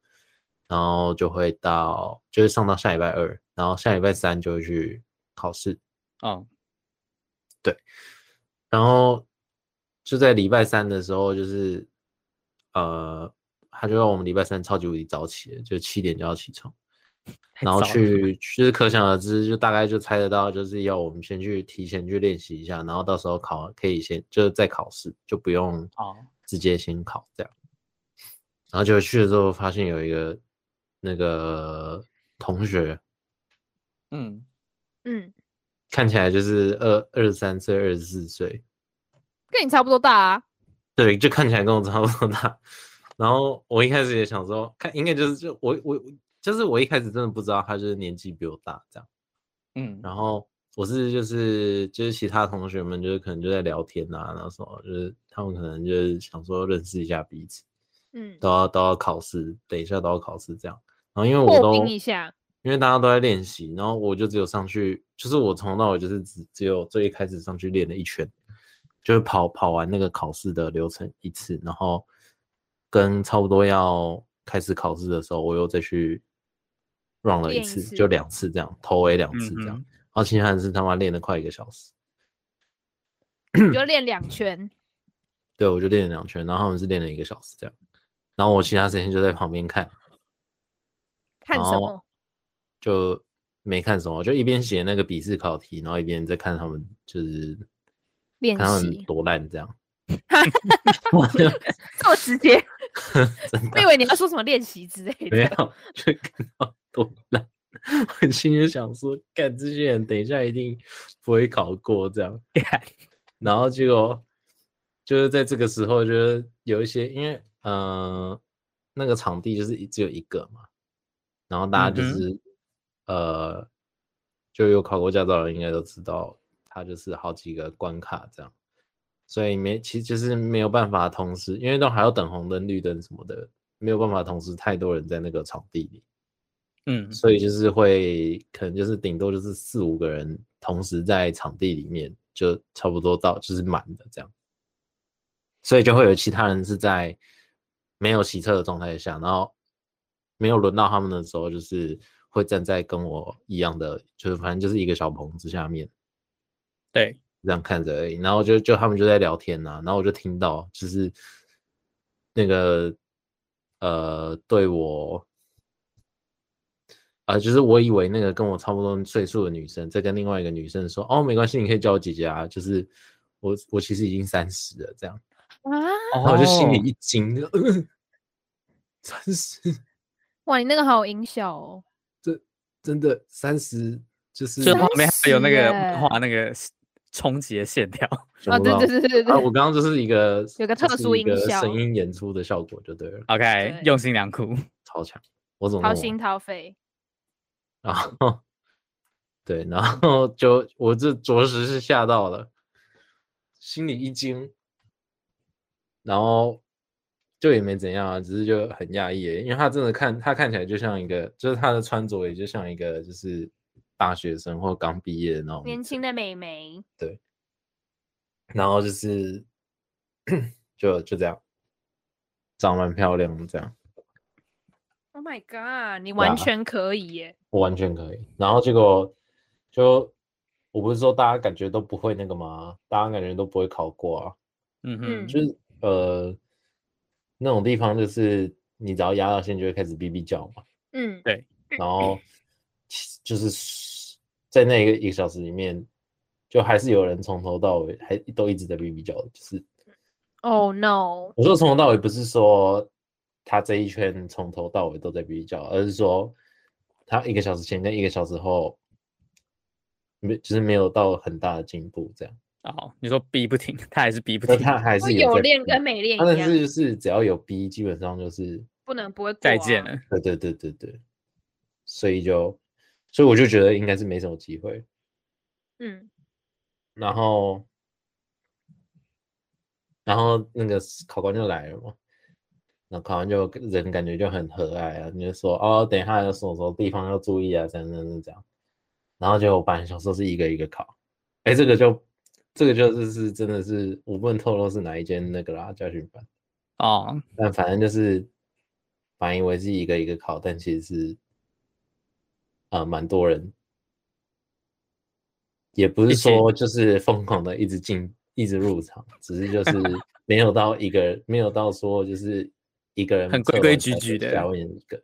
[SPEAKER 3] 然后就会到就是上到下礼拜二，然后下礼拜三就会去考试，
[SPEAKER 1] 哦，
[SPEAKER 3] 然后就在礼拜三的时候，就是呃，他就让我们礼拜三超级无敌早起，就七点就要起床，
[SPEAKER 1] 太
[SPEAKER 3] 然后
[SPEAKER 1] 糟了
[SPEAKER 3] 去就是可想而知，就大概就猜得到，就是要我们先去提前去练习一下，然后到时候考可以先就是再考试，就不用
[SPEAKER 1] 哦
[SPEAKER 3] 直接先考这样。然后就去了之后，发现有一个那个同学
[SPEAKER 1] 嗯，
[SPEAKER 2] 嗯，
[SPEAKER 3] 看起来就是二二十三岁、二十四岁，
[SPEAKER 2] 跟你差不多大啊。
[SPEAKER 3] 对，就看起来跟我差不多大。然后我一开始也想说，看应该就是就我我就是我一开始真的不知道他就是年纪比我大这样。
[SPEAKER 1] 嗯，
[SPEAKER 3] 然后我是就是就是其他同学们就是可能就在聊天啊，然后什么就是他们可能就是想说认识一下彼此，
[SPEAKER 2] 嗯，
[SPEAKER 3] 都要都要考试，等一下都要考试这样。然后因为我
[SPEAKER 2] 破
[SPEAKER 3] 都
[SPEAKER 2] 冰一下。
[SPEAKER 3] 因为大家都在练习，然后我就只有上去，就是我从头到尾就是只只有最一开始上去练了一圈，就是跑跑完那个考试的流程一次，然后跟差不多要开始考试的时候，我又再去 run 了一
[SPEAKER 2] 练一
[SPEAKER 3] 次，
[SPEAKER 2] 次
[SPEAKER 3] 就两次这样，头尾两
[SPEAKER 1] 嗯
[SPEAKER 3] 次这样，
[SPEAKER 1] 哼
[SPEAKER 3] 后秦汉是他妈练了快一个小时，
[SPEAKER 2] 你就练两圈，
[SPEAKER 3] 对我就练了两圈，然后他们是练了一个小时这样，然后我其他时间就在旁边看，
[SPEAKER 2] 看什
[SPEAKER 3] 哦
[SPEAKER 2] 么？
[SPEAKER 3] 就没看什么，就一边写那个笔试考题，然后一边在看他们就是
[SPEAKER 2] 练
[SPEAKER 3] 看他们
[SPEAKER 2] 习
[SPEAKER 3] 多烂 这样，
[SPEAKER 2] 这么直接，
[SPEAKER 3] 真
[SPEAKER 2] 我以
[SPEAKER 3] 的啊
[SPEAKER 2] 为你要说什么练习之类
[SPEAKER 3] 没有
[SPEAKER 2] 的。
[SPEAKER 3] 就看到多烂， 我心里想说，干这些人等一下一定不会考过这样，然后结果就是在这个时候，就是有一些因为呃那个场地就是一只有一个嘛，然后大家就
[SPEAKER 1] 嗯哼
[SPEAKER 3] 是、呃就有考过驾照的人应该都知道，它就是好几个关卡这样，所以没其实就是没有办法同时，因为都还要等红灯绿灯什么的，没有办法同时太多人在那个场地里，
[SPEAKER 1] 嗯，
[SPEAKER 3] 所以就是会可能就是顶多就是四五个人同时在场地里面，就差不多到就是满的这样，所以就会有其他人是在没有骑车的状态下，然后没有轮到他们的时候，就是会站在跟我一样的，就是反正就是一个小棚子下面
[SPEAKER 1] 对，
[SPEAKER 3] 这样看着而已，然后就就他们就在聊天呐、然后我就听到就是那个呃对我。啊、就是我以为那个跟我差不多岁数的女生在跟另外一个女生说，哦，没关系，你可以叫我姐姐啊，就是我我其实已经三十了这样，
[SPEAKER 2] 啊，
[SPEAKER 3] 然后我就心里
[SPEAKER 1] 哦
[SPEAKER 3] 一惊，三、十
[SPEAKER 2] 哇，你那个好有音效哦。
[SPEAKER 3] 真的三十就是
[SPEAKER 1] 这旁边还有那个
[SPEAKER 2] 耶
[SPEAKER 1] 画那个冲击的线条，
[SPEAKER 2] 啊，
[SPEAKER 3] 想不
[SPEAKER 2] 对
[SPEAKER 3] 到
[SPEAKER 2] 对对对
[SPEAKER 3] 啊，我
[SPEAKER 2] 对，
[SPEAKER 3] 刚刚就是一个
[SPEAKER 2] 有个
[SPEAKER 3] 就
[SPEAKER 2] 特
[SPEAKER 3] 是
[SPEAKER 2] 殊
[SPEAKER 3] 一
[SPEAKER 2] 音
[SPEAKER 3] 个
[SPEAKER 2] 效
[SPEAKER 3] 声音演出的效果就对了，
[SPEAKER 1] OK，用心良苦。
[SPEAKER 3] 超强，我怎么
[SPEAKER 2] 掏
[SPEAKER 3] 那么
[SPEAKER 2] 心掏肺。
[SPEAKER 3] 然后对，然后就我这着实是吓到了，心里一惊，然后就也没怎样啊，只是就很讶异耶，因为他真的看他看起来就像一个，就是他的穿着也就像一个就是大学生或刚毕业的那种
[SPEAKER 2] 年轻的美眉，
[SPEAKER 3] 然后就是 就就这样，长蛮漂亮的这样。
[SPEAKER 2] Oh my god！你
[SPEAKER 3] 对啊
[SPEAKER 2] 完全可以耶，
[SPEAKER 3] 我完全可以。然后结果就我不是说大家感觉都不会那个吗？大家感觉都不会考过啊，
[SPEAKER 1] 嗯
[SPEAKER 2] 嗯
[SPEAKER 1] 哼，
[SPEAKER 3] 就是呃那种地方就是你只要压到线就会开始哔哔叫嘛，
[SPEAKER 2] 嗯，
[SPEAKER 3] 然后其就是在那一个一个小时里面，就还是有人从头到尾还都一直在哔哔叫的，就是
[SPEAKER 2] 哦、no，
[SPEAKER 3] 我说从头到尾不是说他这一圈从头到尾都在比较，而是说他一个小时前跟一个小时后没就是没有到很大的进步，这样。
[SPEAKER 1] 哦，你说逼不停，他还是逼不
[SPEAKER 3] 那
[SPEAKER 1] 停，
[SPEAKER 3] 他还
[SPEAKER 2] 我
[SPEAKER 3] 是
[SPEAKER 2] 有
[SPEAKER 3] 在
[SPEAKER 2] 练
[SPEAKER 3] 逼
[SPEAKER 2] 跟没练
[SPEAKER 3] 他
[SPEAKER 2] 一
[SPEAKER 3] 但
[SPEAKER 2] 样，
[SPEAKER 3] 是就是只要有 B，基本上就是
[SPEAKER 2] 不能不会过、啊
[SPEAKER 1] 再见。了。
[SPEAKER 3] 对对对对对，所以就所以我就觉得应该是没什么机会。
[SPEAKER 2] 嗯，
[SPEAKER 3] 然后，然后那个考官就来了嘛，那考官就人感觉就很和蔼啊，你就说哦，等一下有什么什么地方要注意啊，这样这样这样这样。然后就我本来想说是一个一个考，哎，这个就这个就是是真的是我不能透露是哪一间那个啦教训班，
[SPEAKER 1] 哦，
[SPEAKER 3] 但反正就是本来以为是一个一个考，但其实是啊、呃蛮多人，也不是
[SPEAKER 1] 一起
[SPEAKER 3] 说就是疯狂的一直进一直入场，只 是就是没有到一个没有到说就是一个人
[SPEAKER 1] 很规
[SPEAKER 3] 测
[SPEAKER 1] 规
[SPEAKER 3] 完
[SPEAKER 1] 矩
[SPEAKER 3] 才
[SPEAKER 1] 矩
[SPEAKER 3] 给
[SPEAKER 1] 的
[SPEAKER 3] 下面一个，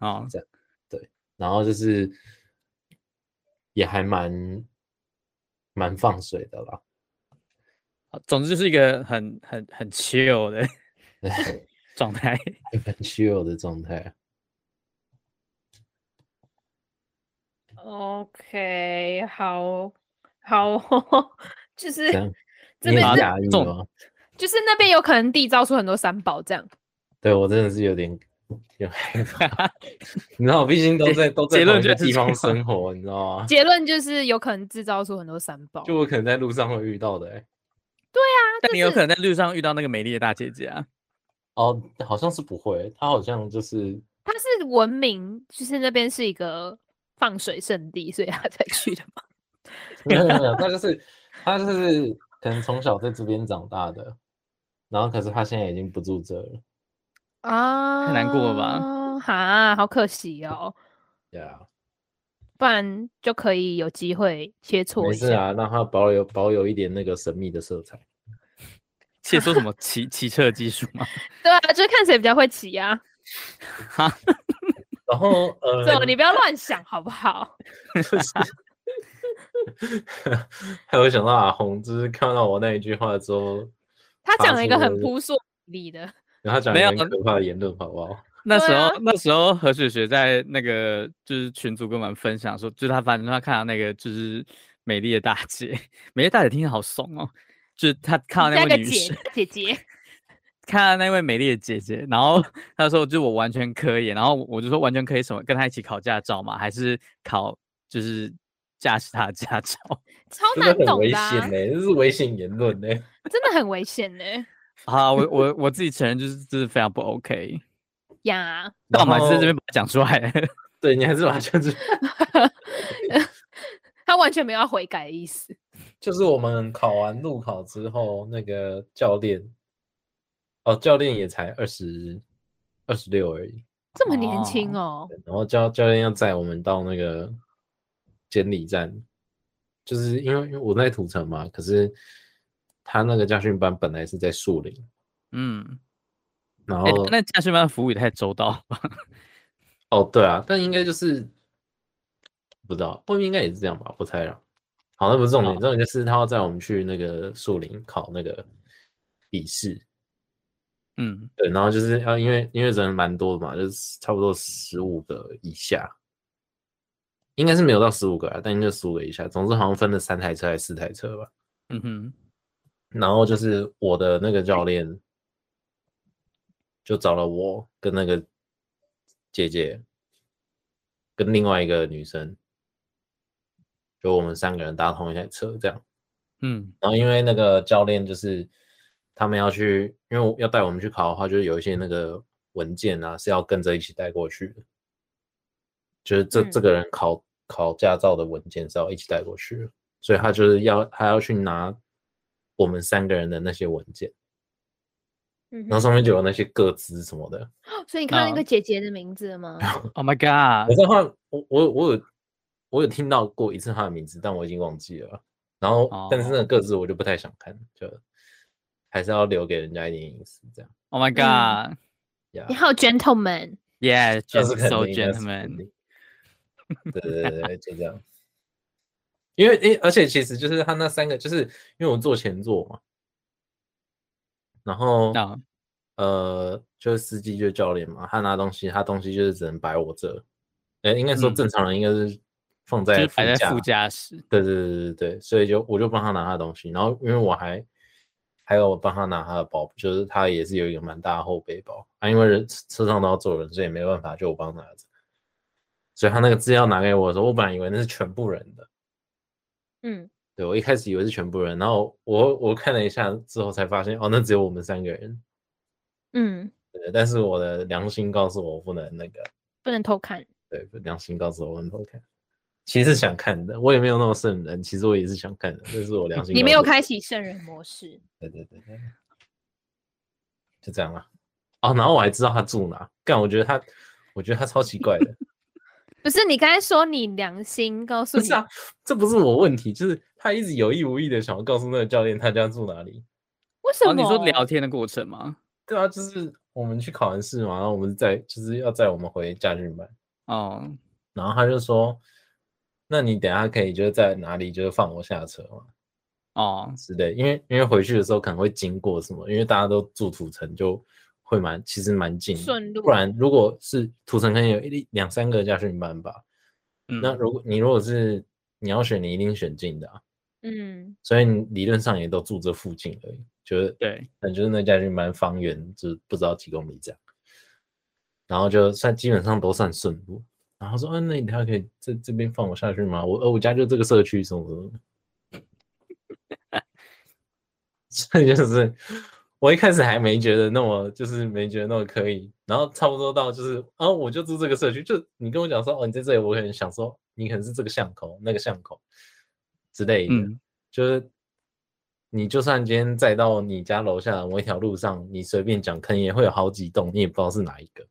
[SPEAKER 1] 哦，
[SPEAKER 3] 然后就是也还蛮蛮放水的啦。
[SPEAKER 1] 总之就是一个很很很 chill 的 状态。
[SPEAKER 3] 很虚弱的状态，啊
[SPEAKER 2] OK，好，好， 就是
[SPEAKER 3] 这样
[SPEAKER 2] 这
[SPEAKER 3] 你
[SPEAKER 2] 边
[SPEAKER 3] 很
[SPEAKER 1] 是
[SPEAKER 3] 压抑
[SPEAKER 1] 重
[SPEAKER 3] 吗？
[SPEAKER 2] 就是那边有可能缔造出很多三宝这样。
[SPEAKER 3] 对我真的是有点有害怕。 你知道，我毕竟都在都在
[SPEAKER 1] 结
[SPEAKER 3] 同
[SPEAKER 1] 论
[SPEAKER 3] 一
[SPEAKER 1] 就
[SPEAKER 3] 个
[SPEAKER 1] 是
[SPEAKER 3] 地
[SPEAKER 1] 这
[SPEAKER 3] 方
[SPEAKER 1] 样
[SPEAKER 3] 生活，你知道 吗？
[SPEAKER 2] 结论就是有可能制造出很多三宝。
[SPEAKER 3] 就我可能在路上会遇到的、欸，
[SPEAKER 1] 但你有
[SPEAKER 2] 是
[SPEAKER 1] 可能在路上遇到那个美丽的大姐姐啊。
[SPEAKER 3] 哦，好像是不会，他好像就是
[SPEAKER 2] 它是文明，就是那边是一个放水圣地，所以他才去的嘛。
[SPEAKER 3] 没有没有没有，他就是他就是可能从小在这边长大的，然后可是他现在已经不住这了，
[SPEAKER 2] 啊
[SPEAKER 1] 难过了吧
[SPEAKER 2] 吧？哈，好可惜哦。
[SPEAKER 3] 对啊，
[SPEAKER 2] 不然就可以有机会切磋
[SPEAKER 3] 没
[SPEAKER 2] 一
[SPEAKER 3] 事
[SPEAKER 2] 下。
[SPEAKER 3] 啊，让它保有保有一点那个神秘的色彩。
[SPEAKER 1] 且说什么骑骑车的技术吗？
[SPEAKER 2] 对啊，就是看谁比较会骑呀、 啊。
[SPEAKER 1] 哈，
[SPEAKER 3] 然后 呃，
[SPEAKER 2] 走，你不要乱想好不好？
[SPEAKER 3] 还有想到阿红，就是看到我那一句话之后，
[SPEAKER 2] 他
[SPEAKER 3] 发
[SPEAKER 2] 讲了一个
[SPEAKER 3] 出
[SPEAKER 2] 很扑朔迷离的，
[SPEAKER 3] 然后他讲了
[SPEAKER 1] 没
[SPEAKER 3] 一
[SPEAKER 1] 有
[SPEAKER 3] 个很可怕的言论，好不好？
[SPEAKER 1] 那
[SPEAKER 2] 对
[SPEAKER 1] 时候、
[SPEAKER 2] 啊
[SPEAKER 1] 那时候何雪雪在那个就是群组跟我们分享说，就是她反正她看到那个就是美丽的大姐， 美丽大姐听起来好怂哦，就是她看到
[SPEAKER 2] 加
[SPEAKER 1] 那
[SPEAKER 2] 个
[SPEAKER 1] 位女
[SPEAKER 2] 姐
[SPEAKER 1] 士，
[SPEAKER 2] 姐 姐，
[SPEAKER 1] 看到那位美丽的姐姐，然后她说就我完全可以，然后我就说完全可以什么，跟她一起考驾照嘛，还是考就是驾驶她的驾照？
[SPEAKER 2] 超
[SPEAKER 3] 真
[SPEAKER 2] 难
[SPEAKER 3] 的很
[SPEAKER 2] 懂
[SPEAKER 3] 危
[SPEAKER 2] 的、啊
[SPEAKER 3] 险呢、这是危险言论呢、
[SPEAKER 2] 真的很危险呢、
[SPEAKER 1] 好啊，我我我自己承认就是这是非常不 OK，
[SPEAKER 2] 呀。
[SPEAKER 1] 但我们还是在
[SPEAKER 3] 然
[SPEAKER 1] 这
[SPEAKER 3] 后
[SPEAKER 1] 边把它讲出来。
[SPEAKER 3] 对你还是把就是
[SPEAKER 2] 他完全没有要悔改的意思。
[SPEAKER 3] 就是我们考完路考之后，那个教练，哦，教练也才二十二十六而已，
[SPEAKER 2] 这么年轻哦，
[SPEAKER 3] 然后教教练要载我们到那个监理站，就是因为因为我在土城嘛，可是他那个家训班本来是在树林，
[SPEAKER 1] 嗯，
[SPEAKER 3] 然
[SPEAKER 1] 哎、
[SPEAKER 3] 后、
[SPEAKER 1] 那驾训班的服务也太周到了吧？
[SPEAKER 3] 哦对啊，但应该就是不知道外面应该也是这样吧，不猜了。好，那不是重点，
[SPEAKER 1] 好
[SPEAKER 3] 重点就是他要载我们去那个树林考那个笔试，
[SPEAKER 1] 嗯，
[SPEAKER 3] 对，然后就是要因为因为人蛮多的嘛，就是差不多十五个以下，应该是没有到十五个啊，但应该十五个以下。总之好像分了三台车还是四台车吧。
[SPEAKER 1] 嗯哼，
[SPEAKER 3] 然后就是我的那个教练就找了我跟那个姐姐跟另外一个女生，就我们三个人搭同一台车这样。
[SPEAKER 1] 嗯
[SPEAKER 3] 然后因为那个教练就是他们要去，因为我要带我们去考的话，就是有一些那个文件啊是要跟着一起带过去的，就是这、这
[SPEAKER 2] 嗯
[SPEAKER 3] 个人考考驾照的文件是要一起带过去的，所以他就是要他要去拿我们三个人的那些文件，
[SPEAKER 2] 嗯
[SPEAKER 3] 然后
[SPEAKER 2] 哼，
[SPEAKER 3] 上面就有那些个资什么的。
[SPEAKER 2] 所以你看到那
[SPEAKER 1] 那
[SPEAKER 2] 个姐姐的名字了吗？
[SPEAKER 1] ，Oh my
[SPEAKER 3] 我
[SPEAKER 1] God，
[SPEAKER 3] 知道他，我我我有我有听到过一次他的名字，但我已经忘记了。然后，但是那个个字我就不太想看，就还是要留给人家一点隐私这样。
[SPEAKER 1] Oh my God，
[SPEAKER 3] 呀
[SPEAKER 2] 你好，gentleman，
[SPEAKER 1] Yeah，j
[SPEAKER 3] 这是肯
[SPEAKER 1] so
[SPEAKER 3] 定的，这是肯
[SPEAKER 1] gentlemen，
[SPEAKER 3] 定对对对对，就 这样。因为诶，而且其实就是他那三个，就是因为我坐前座嘛，然后、
[SPEAKER 1] 啊
[SPEAKER 3] 呃，就是司机就是教练嘛，他拿东西，他东西就是只能摆我这，呃，应该说
[SPEAKER 1] 嗯
[SPEAKER 3] 正常人应该是放
[SPEAKER 1] 就
[SPEAKER 3] 在
[SPEAKER 1] 是
[SPEAKER 3] 副
[SPEAKER 1] 摆在
[SPEAKER 3] 驾
[SPEAKER 1] 副，驾驶，
[SPEAKER 3] 对对对对对，所以就我就帮他拿他的东西，然后因为我还还有帮他拿他的包，就是他也是有一个蛮大的后背包啊，因为人车上都要坐人，所以没办法，就我帮他拿着。所以他那个资料拿给我的时候，我本来以为那是全部人的，
[SPEAKER 2] 嗯，
[SPEAKER 3] 对我一开始以为是全部人，然后我我看了一下之后才发现，哦，那只有我们三个人。
[SPEAKER 2] 嗯，
[SPEAKER 3] 对，但是我的良心告诉我不能那个，
[SPEAKER 2] 不能偷看，
[SPEAKER 3] 对，良心告诉我不能偷看。其实是想看的，我也没有那么圣人，其实我也是想看的，但是我良心。
[SPEAKER 2] 你没有？开启圣人模式，
[SPEAKER 3] 对对对对，就这样了。哦，然后我还知道他住哪，干，我觉得他，我觉得他超奇怪的。
[SPEAKER 2] 不是？你刚才说你良心告诉
[SPEAKER 3] 不
[SPEAKER 2] 你
[SPEAKER 3] 是，啊，这不是我问题，就是他一直有意无意的想要告诉那个教练他家住哪里。
[SPEAKER 2] 为什
[SPEAKER 1] 哦，
[SPEAKER 2] 么？
[SPEAKER 1] 你说聊天的过程吗？
[SPEAKER 3] 对啊，就是我们去考完试嘛，然后我们再就是要载我们回驾训班。
[SPEAKER 1] 哦，
[SPEAKER 3] 然后他就说：“那你等一下可以就是在哪里就是放我下车嘛
[SPEAKER 1] 哦，
[SPEAKER 3] 之类，因为因为回去的时候可能会经过什么，因为大家都住土城，就会蛮其实蛮近的，
[SPEAKER 2] 顺路
[SPEAKER 3] 不然如果是土城，可能有一两三个家训班吧。
[SPEAKER 1] 嗯，
[SPEAKER 3] 那如果你如果是你要选，你一定选近的、啊，
[SPEAKER 2] 嗯，
[SPEAKER 3] 所以你理论上也都住这附近而已，就是
[SPEAKER 1] 对，
[SPEAKER 3] 那就是那家训班方圆就是不知道几公里这样，然后就算基本上都算顺路。然后说，嗯、那你他可以这这边放我下去吗？我呃，我家就这个社区，什么什么的。所以就是我一开始还没觉得那么，就是没觉得那么可以。然后差不多到就是，啊，我就住这个社区，就你跟我讲说，哦，你在这里，我可能想说，你可能是这个巷口、那个巷口之类的。
[SPEAKER 1] 嗯，
[SPEAKER 3] 就是你就算今天再到你家楼下的某一条路上，你随便讲，可能也会有好几栋，你也不知道是哪一个。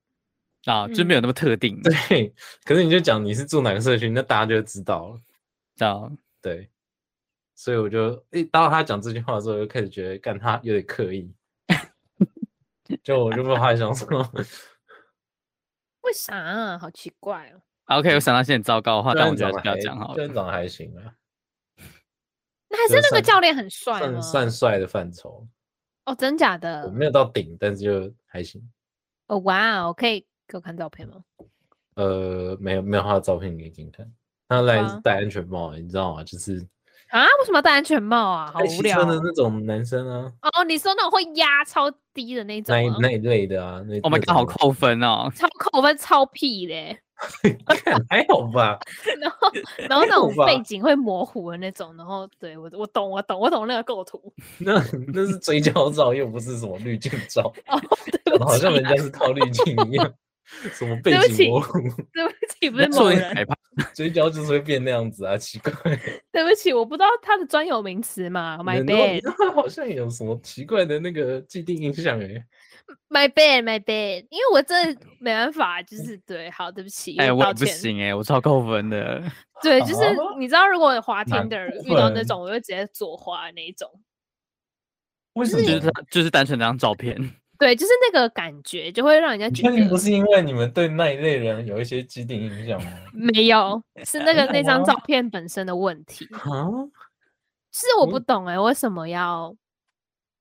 [SPEAKER 1] 啊，就没
[SPEAKER 2] 嗯
[SPEAKER 1] 有那么特定，知
[SPEAKER 3] 对，可是你就讲你是住哪个社区，那大家就知道了。
[SPEAKER 1] 道？
[SPEAKER 3] 对，所以我就一当他讲这句话的时候，我就开始觉得干他有点 刻意，就我就不知道他在想什么。
[SPEAKER 2] 为啥啊？好奇怪哦。
[SPEAKER 3] 嗯
[SPEAKER 1] OK，我想到一些很糟糕的话，
[SPEAKER 3] 虽
[SPEAKER 1] 但
[SPEAKER 3] 然
[SPEAKER 1] 我觉得还
[SPEAKER 3] 长
[SPEAKER 1] 是不要
[SPEAKER 3] 还
[SPEAKER 1] 讲好
[SPEAKER 3] 虽然
[SPEAKER 1] 了。
[SPEAKER 3] 长得还行啊，
[SPEAKER 2] 那还
[SPEAKER 3] 就是
[SPEAKER 2] 那个
[SPEAKER 3] 算
[SPEAKER 2] 教练很帅吗
[SPEAKER 3] 算？算帅的范畴，
[SPEAKER 2] 哦，真假
[SPEAKER 3] 我
[SPEAKER 2] 的？
[SPEAKER 3] 没有到顶，但是就还行。
[SPEAKER 2] 哦，哇哦，可以给我看照片吗？
[SPEAKER 3] 呃，没有没有他的照片给你看，他来
[SPEAKER 2] 啊
[SPEAKER 3] 戴安全帽，你知道吗？就是
[SPEAKER 2] 啊，为什么要戴安全帽啊？好
[SPEAKER 3] 爱
[SPEAKER 2] 无
[SPEAKER 3] 骑
[SPEAKER 2] 聊
[SPEAKER 3] 车的
[SPEAKER 2] 哦。
[SPEAKER 3] 那种男生啊，
[SPEAKER 2] 哦，你说那种会压超低的那种
[SPEAKER 3] 那一
[SPEAKER 2] 吗？
[SPEAKER 3] 那一类的啊。那
[SPEAKER 1] Oh my
[SPEAKER 3] 那
[SPEAKER 1] god，好
[SPEAKER 3] 种
[SPEAKER 1] 扣分哦！
[SPEAKER 2] 超扣分超屁嘞，
[SPEAKER 3] 看 还好吧？
[SPEAKER 2] 然后然后那种
[SPEAKER 3] 有吧
[SPEAKER 2] 背景会模糊的那种，然后对我我懂我懂我懂那个构图，
[SPEAKER 3] 那那是追焦照，又不是什么滤镜照，
[SPEAKER 2] 哦， 对
[SPEAKER 3] 搞得
[SPEAKER 2] 不
[SPEAKER 3] 好
[SPEAKER 2] 起
[SPEAKER 3] 像人
[SPEAKER 2] 啊，
[SPEAKER 3] 家是套滤镜一 样。什么背
[SPEAKER 2] 对不起
[SPEAKER 3] 景模糊，
[SPEAKER 2] 对不起，不
[SPEAKER 1] 那
[SPEAKER 2] 是
[SPEAKER 1] 说
[SPEAKER 2] 某
[SPEAKER 1] 明
[SPEAKER 2] 人，
[SPEAKER 1] 海派
[SPEAKER 3] 追焦就是会变那样子啊，奇怪。
[SPEAKER 2] 对不起，我不知道他的专有名词嘛，my，Oh
[SPEAKER 3] 然后
[SPEAKER 2] bad
[SPEAKER 3] 他好像有什么奇怪的那个既定印象哎。
[SPEAKER 2] my bad my bad，因为我真的没办法，就是对，好，对不起，
[SPEAKER 1] 哎，我
[SPEAKER 2] 道
[SPEAKER 1] 也不
[SPEAKER 2] 歉，
[SPEAKER 1] 行哎，我超扣分的。
[SPEAKER 2] 对，就是
[SPEAKER 3] 啊
[SPEAKER 2] 你知道，如果滑
[SPEAKER 3] 哪
[SPEAKER 2] Tinder
[SPEAKER 3] 部
[SPEAKER 2] 遇到那
[SPEAKER 3] 分
[SPEAKER 2] 种，我就直接左滑那一种，
[SPEAKER 3] 为什
[SPEAKER 1] 就是
[SPEAKER 3] 么？
[SPEAKER 1] 他就是单纯那张照片，
[SPEAKER 2] 对，就是那个感觉就会让人家觉
[SPEAKER 3] 确定不
[SPEAKER 2] 得
[SPEAKER 3] 是因为你们对那一类人有一些既定印象吗？
[SPEAKER 2] 没有，是那
[SPEAKER 1] 呃
[SPEAKER 2] 个那张
[SPEAKER 3] 吗
[SPEAKER 2] 照片本身的问题。
[SPEAKER 3] 啊，
[SPEAKER 2] 是我不
[SPEAKER 3] 嗯
[SPEAKER 2] 懂哎、为什么要？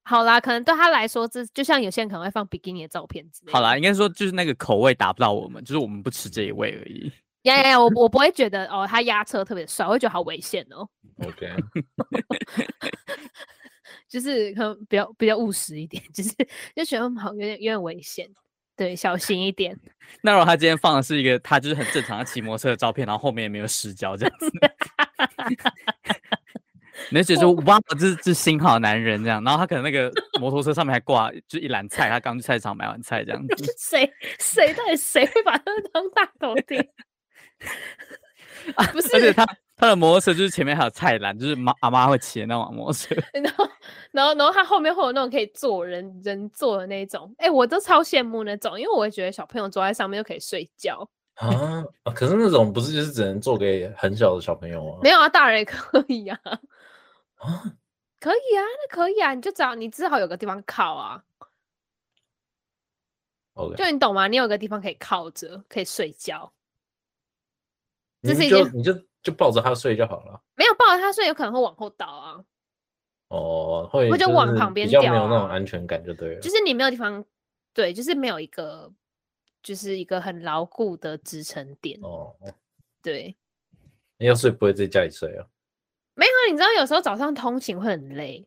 [SPEAKER 2] 好啦，可能对他来说，这就像有些人可能会放比基尼的照片之类的。
[SPEAKER 1] 好啦，应该说就是那个口味达不到我们，就是我们不吃这一味而已。
[SPEAKER 2] 呀呀呀，我我不会觉得哦，他压车特别帅，我会觉得好危险哦，
[SPEAKER 3] OK，
[SPEAKER 2] 就是可能比较比较务实一点， 就是就觉得嗯好有点有点危险，对，小心一点。
[SPEAKER 1] 那如果他今天放的是一个他就是很正常的骑摩托车的照片，然后后面也没有失焦这样子，你就觉得说哇，这是这是新好男人这样，然后他可能那个摩托车上面还挂就一篮菜，他刚去菜市场买完菜这样子。
[SPEAKER 2] 谁谁到底谁会把他当大头贴？ 不
[SPEAKER 1] 啊而且
[SPEAKER 2] 是，
[SPEAKER 1] 他他的摩托车就是前面还有菜篮，就是妈阿妈会骑的那种摩托车。
[SPEAKER 2] 然后然后然后他后面会有那种可以坐人人坐的那种，哎、我都超羡慕那种，因为我会觉得小朋友坐在上面就可以睡觉。
[SPEAKER 3] 啊，啊可是那种不是就是只能做给很小的小朋友吗？
[SPEAKER 2] 没有啊，大人也 可以啊，
[SPEAKER 3] 啊，
[SPEAKER 2] 可以啊，那可以啊，你就找你至少有个地方靠啊，
[SPEAKER 3] OK，
[SPEAKER 2] 就你懂吗？你有个地方可以靠着，可以睡觉。
[SPEAKER 3] 你
[SPEAKER 2] 这是一
[SPEAKER 3] 就
[SPEAKER 2] 件
[SPEAKER 3] 你就就抱着他睡就好了。
[SPEAKER 2] 没有抱着他睡，有可能会往后倒啊，
[SPEAKER 3] 哦，会
[SPEAKER 2] 或者
[SPEAKER 3] 就
[SPEAKER 2] 往
[SPEAKER 3] 是
[SPEAKER 2] 旁边
[SPEAKER 3] 比较没
[SPEAKER 2] 掉
[SPEAKER 3] 有那种
[SPEAKER 2] 啊
[SPEAKER 3] 安全感就对了
[SPEAKER 2] 就。是你没有地方，对，就是没有一个，就是一个很牢固的支撑点。
[SPEAKER 3] 哦，
[SPEAKER 2] 对，
[SPEAKER 3] 要睡不会在家里睡啊？
[SPEAKER 2] 没有啊，你知道有时候早上通勤会很累，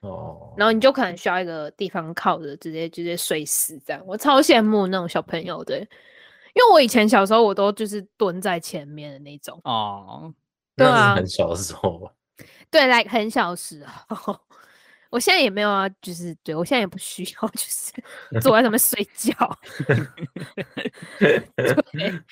[SPEAKER 3] 哦，
[SPEAKER 2] 然后你就可能需要一个地方靠着，直接直接睡死这样。我超羡慕那种小朋友的，因为我以前小时候我都就是蹲在前面的那种。
[SPEAKER 1] 哦，
[SPEAKER 2] 对
[SPEAKER 3] 那
[SPEAKER 2] 啊
[SPEAKER 3] 是很小的时候吧。
[SPEAKER 2] 对，like 很小时候，我现在也没有啊，就是对我现在也不需要，就是坐在上面睡觉。对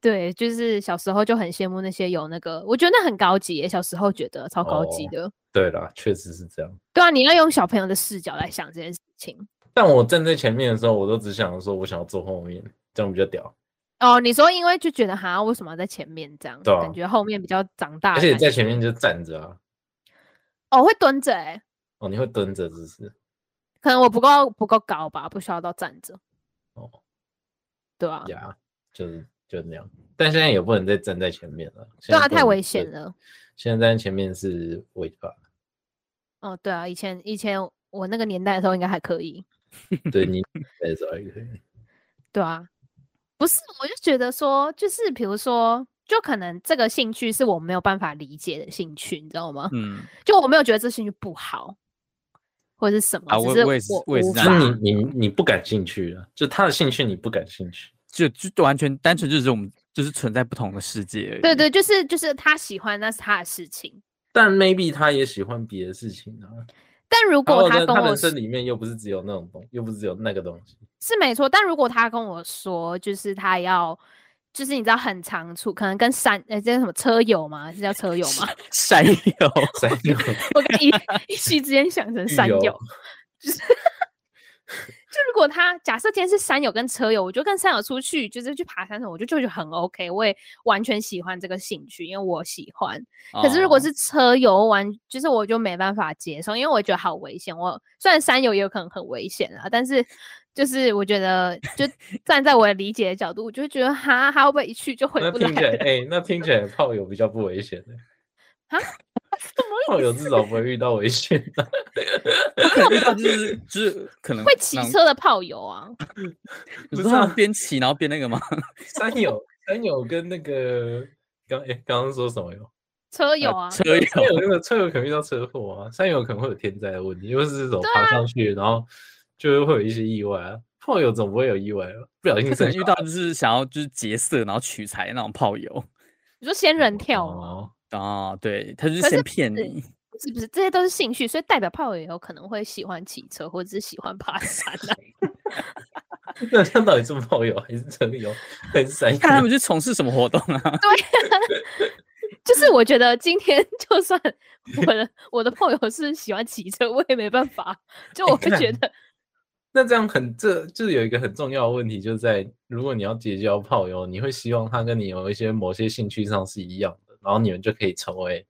[SPEAKER 2] 对，就是小时候就很羡慕那些有那个，我觉得那很高级耶，小时候觉得超高级
[SPEAKER 3] 哦
[SPEAKER 2] 的。
[SPEAKER 3] 对啦，确实是这样。
[SPEAKER 2] 对啊，你要用小朋友的视角来想这件事情。
[SPEAKER 3] 但我站在前面的时候，我都只想说，我想要坐后面，这样比较屌。
[SPEAKER 2] 哦，你说因为就觉得哈，为什么要在前面这样？
[SPEAKER 3] 对啊
[SPEAKER 2] 感觉后面比较长大
[SPEAKER 3] 而
[SPEAKER 2] 的感
[SPEAKER 3] 且
[SPEAKER 2] 觉。
[SPEAKER 3] 你在前面就站着啊，
[SPEAKER 2] 哦，会蹲着哎，
[SPEAKER 3] 哦，你会蹲着，是不是？
[SPEAKER 2] 可能我不够不够高吧，不需要到站着。
[SPEAKER 3] 哦，
[SPEAKER 2] 对啊，
[SPEAKER 3] 呀、就是就那样。但现在也不能再站在前面了，现
[SPEAKER 2] 对
[SPEAKER 3] 在
[SPEAKER 2] 啊，
[SPEAKER 3] 不
[SPEAKER 2] 太
[SPEAKER 3] 能
[SPEAKER 2] 危
[SPEAKER 3] 再
[SPEAKER 2] 险。了。
[SPEAKER 3] 现在站在前面是违法的，
[SPEAKER 2] 哦，对啊，以前以前我那个年代的时候应该还可以，
[SPEAKER 3] 对你再找一个人。
[SPEAKER 2] 对啊，不是，我就觉得说，就是比如说，就可能这个兴趣是我没有办法理解的兴趣，你知道吗？
[SPEAKER 1] 嗯，
[SPEAKER 2] 就我没有觉得这兴趣不好，或者是什么，
[SPEAKER 1] 啊
[SPEAKER 2] 只
[SPEAKER 1] 我
[SPEAKER 2] 是
[SPEAKER 1] 我也是我也是
[SPEAKER 2] 无
[SPEAKER 1] 这
[SPEAKER 3] 就
[SPEAKER 1] 样
[SPEAKER 2] 法
[SPEAKER 3] 是你你你不感兴趣了，就他的兴趣你不感兴趣。
[SPEAKER 1] 就就完全单纯就是我们就是存在不同的世界而已。
[SPEAKER 2] 对对，就是就是他喜欢那是他的事情，
[SPEAKER 3] 但 maybe 他也喜欢别的事情啊。
[SPEAKER 2] 但如
[SPEAKER 3] 然
[SPEAKER 2] 果
[SPEAKER 3] 后
[SPEAKER 2] 他
[SPEAKER 3] 呢
[SPEAKER 2] 跟
[SPEAKER 3] 他
[SPEAKER 2] 我
[SPEAKER 3] 人
[SPEAKER 2] 是
[SPEAKER 3] 生里面又不是只有那种东，又不是只有那个东西。
[SPEAKER 2] 是没错，但如果他跟我说，就是他要。就是你知道很长处，可能跟山呃，这叫什么车友吗？是叫车友吗？
[SPEAKER 1] 山友，
[SPEAKER 3] 三六
[SPEAKER 2] 我一一时之间想成山
[SPEAKER 3] 友
[SPEAKER 2] 友，就是就就如果他假设今天是山友跟车友，我就跟山友出去，就是去爬山什么，我就就觉得很 OK，我也完全喜欢这个兴趣，因为我喜欢。可是如果
[SPEAKER 1] 哦
[SPEAKER 2] 是车游玩，就是我就没办法接受，因为我觉得好危险。我虽然山游也有可能很危险啊，但是就是我觉得， 就站在我的理解的角度，我就会觉得哈，他会不会一去就回
[SPEAKER 3] 那
[SPEAKER 2] 不
[SPEAKER 3] 听起
[SPEAKER 2] 来
[SPEAKER 3] 来，
[SPEAKER 2] 了？
[SPEAKER 3] 哎、那听起来炮友比较不危险的、
[SPEAKER 2] 啊
[SPEAKER 3] 炮友至少不会遇到危险的、
[SPEAKER 1] 他可能遇到哦就是就是可能
[SPEAKER 2] 会骑
[SPEAKER 1] 那种，
[SPEAKER 2] 车的炮友啊，
[SPEAKER 1] 你
[SPEAKER 3] 不
[SPEAKER 1] 说
[SPEAKER 3] 是
[SPEAKER 1] 他
[SPEAKER 3] 啊
[SPEAKER 1] 们边骑然后边那个吗？
[SPEAKER 3] 山友，山友跟那个刚哎刚刚说什么哟？呃
[SPEAKER 2] 车友啊，
[SPEAKER 1] 呃车友
[SPEAKER 3] 山友那个车友可能遇到车祸啊，山友可能会有天灾的问题，因为是这种
[SPEAKER 1] 啊
[SPEAKER 3] 爬上去，然后就会有一些意外啊。炮友总不会有意外吧？不小心
[SPEAKER 1] 他可能
[SPEAKER 3] 生
[SPEAKER 1] 遇到就是想要就是劫色然后取财那种炮友
[SPEAKER 2] 你说仙人
[SPEAKER 3] 小
[SPEAKER 2] 跳
[SPEAKER 3] 孩
[SPEAKER 2] 吗？
[SPEAKER 3] 哦，
[SPEAKER 1] 啊，对，他就是
[SPEAKER 2] 可是
[SPEAKER 1] 先骗
[SPEAKER 2] 是
[SPEAKER 1] 你。
[SPEAKER 2] 不是不是，这些都是兴趣，所以代表炮友也有可能会喜欢骑车，或者是喜欢爬山啊。
[SPEAKER 3] 那他到底是炮友还是车友还是山友？
[SPEAKER 1] 啊哎看他们去从事什么活动啊？
[SPEAKER 2] 就是我觉得今天就算 我的我的炮友是喜欢骑车，我也没办法，就
[SPEAKER 3] 哎
[SPEAKER 2] 我会觉
[SPEAKER 3] 干
[SPEAKER 2] 得
[SPEAKER 3] 那这样很，这就是有一个很重要的问题，就在如果你要结交炮友，你会希望他跟你有一些某些兴趣上是一样的，然后你们就可以成为，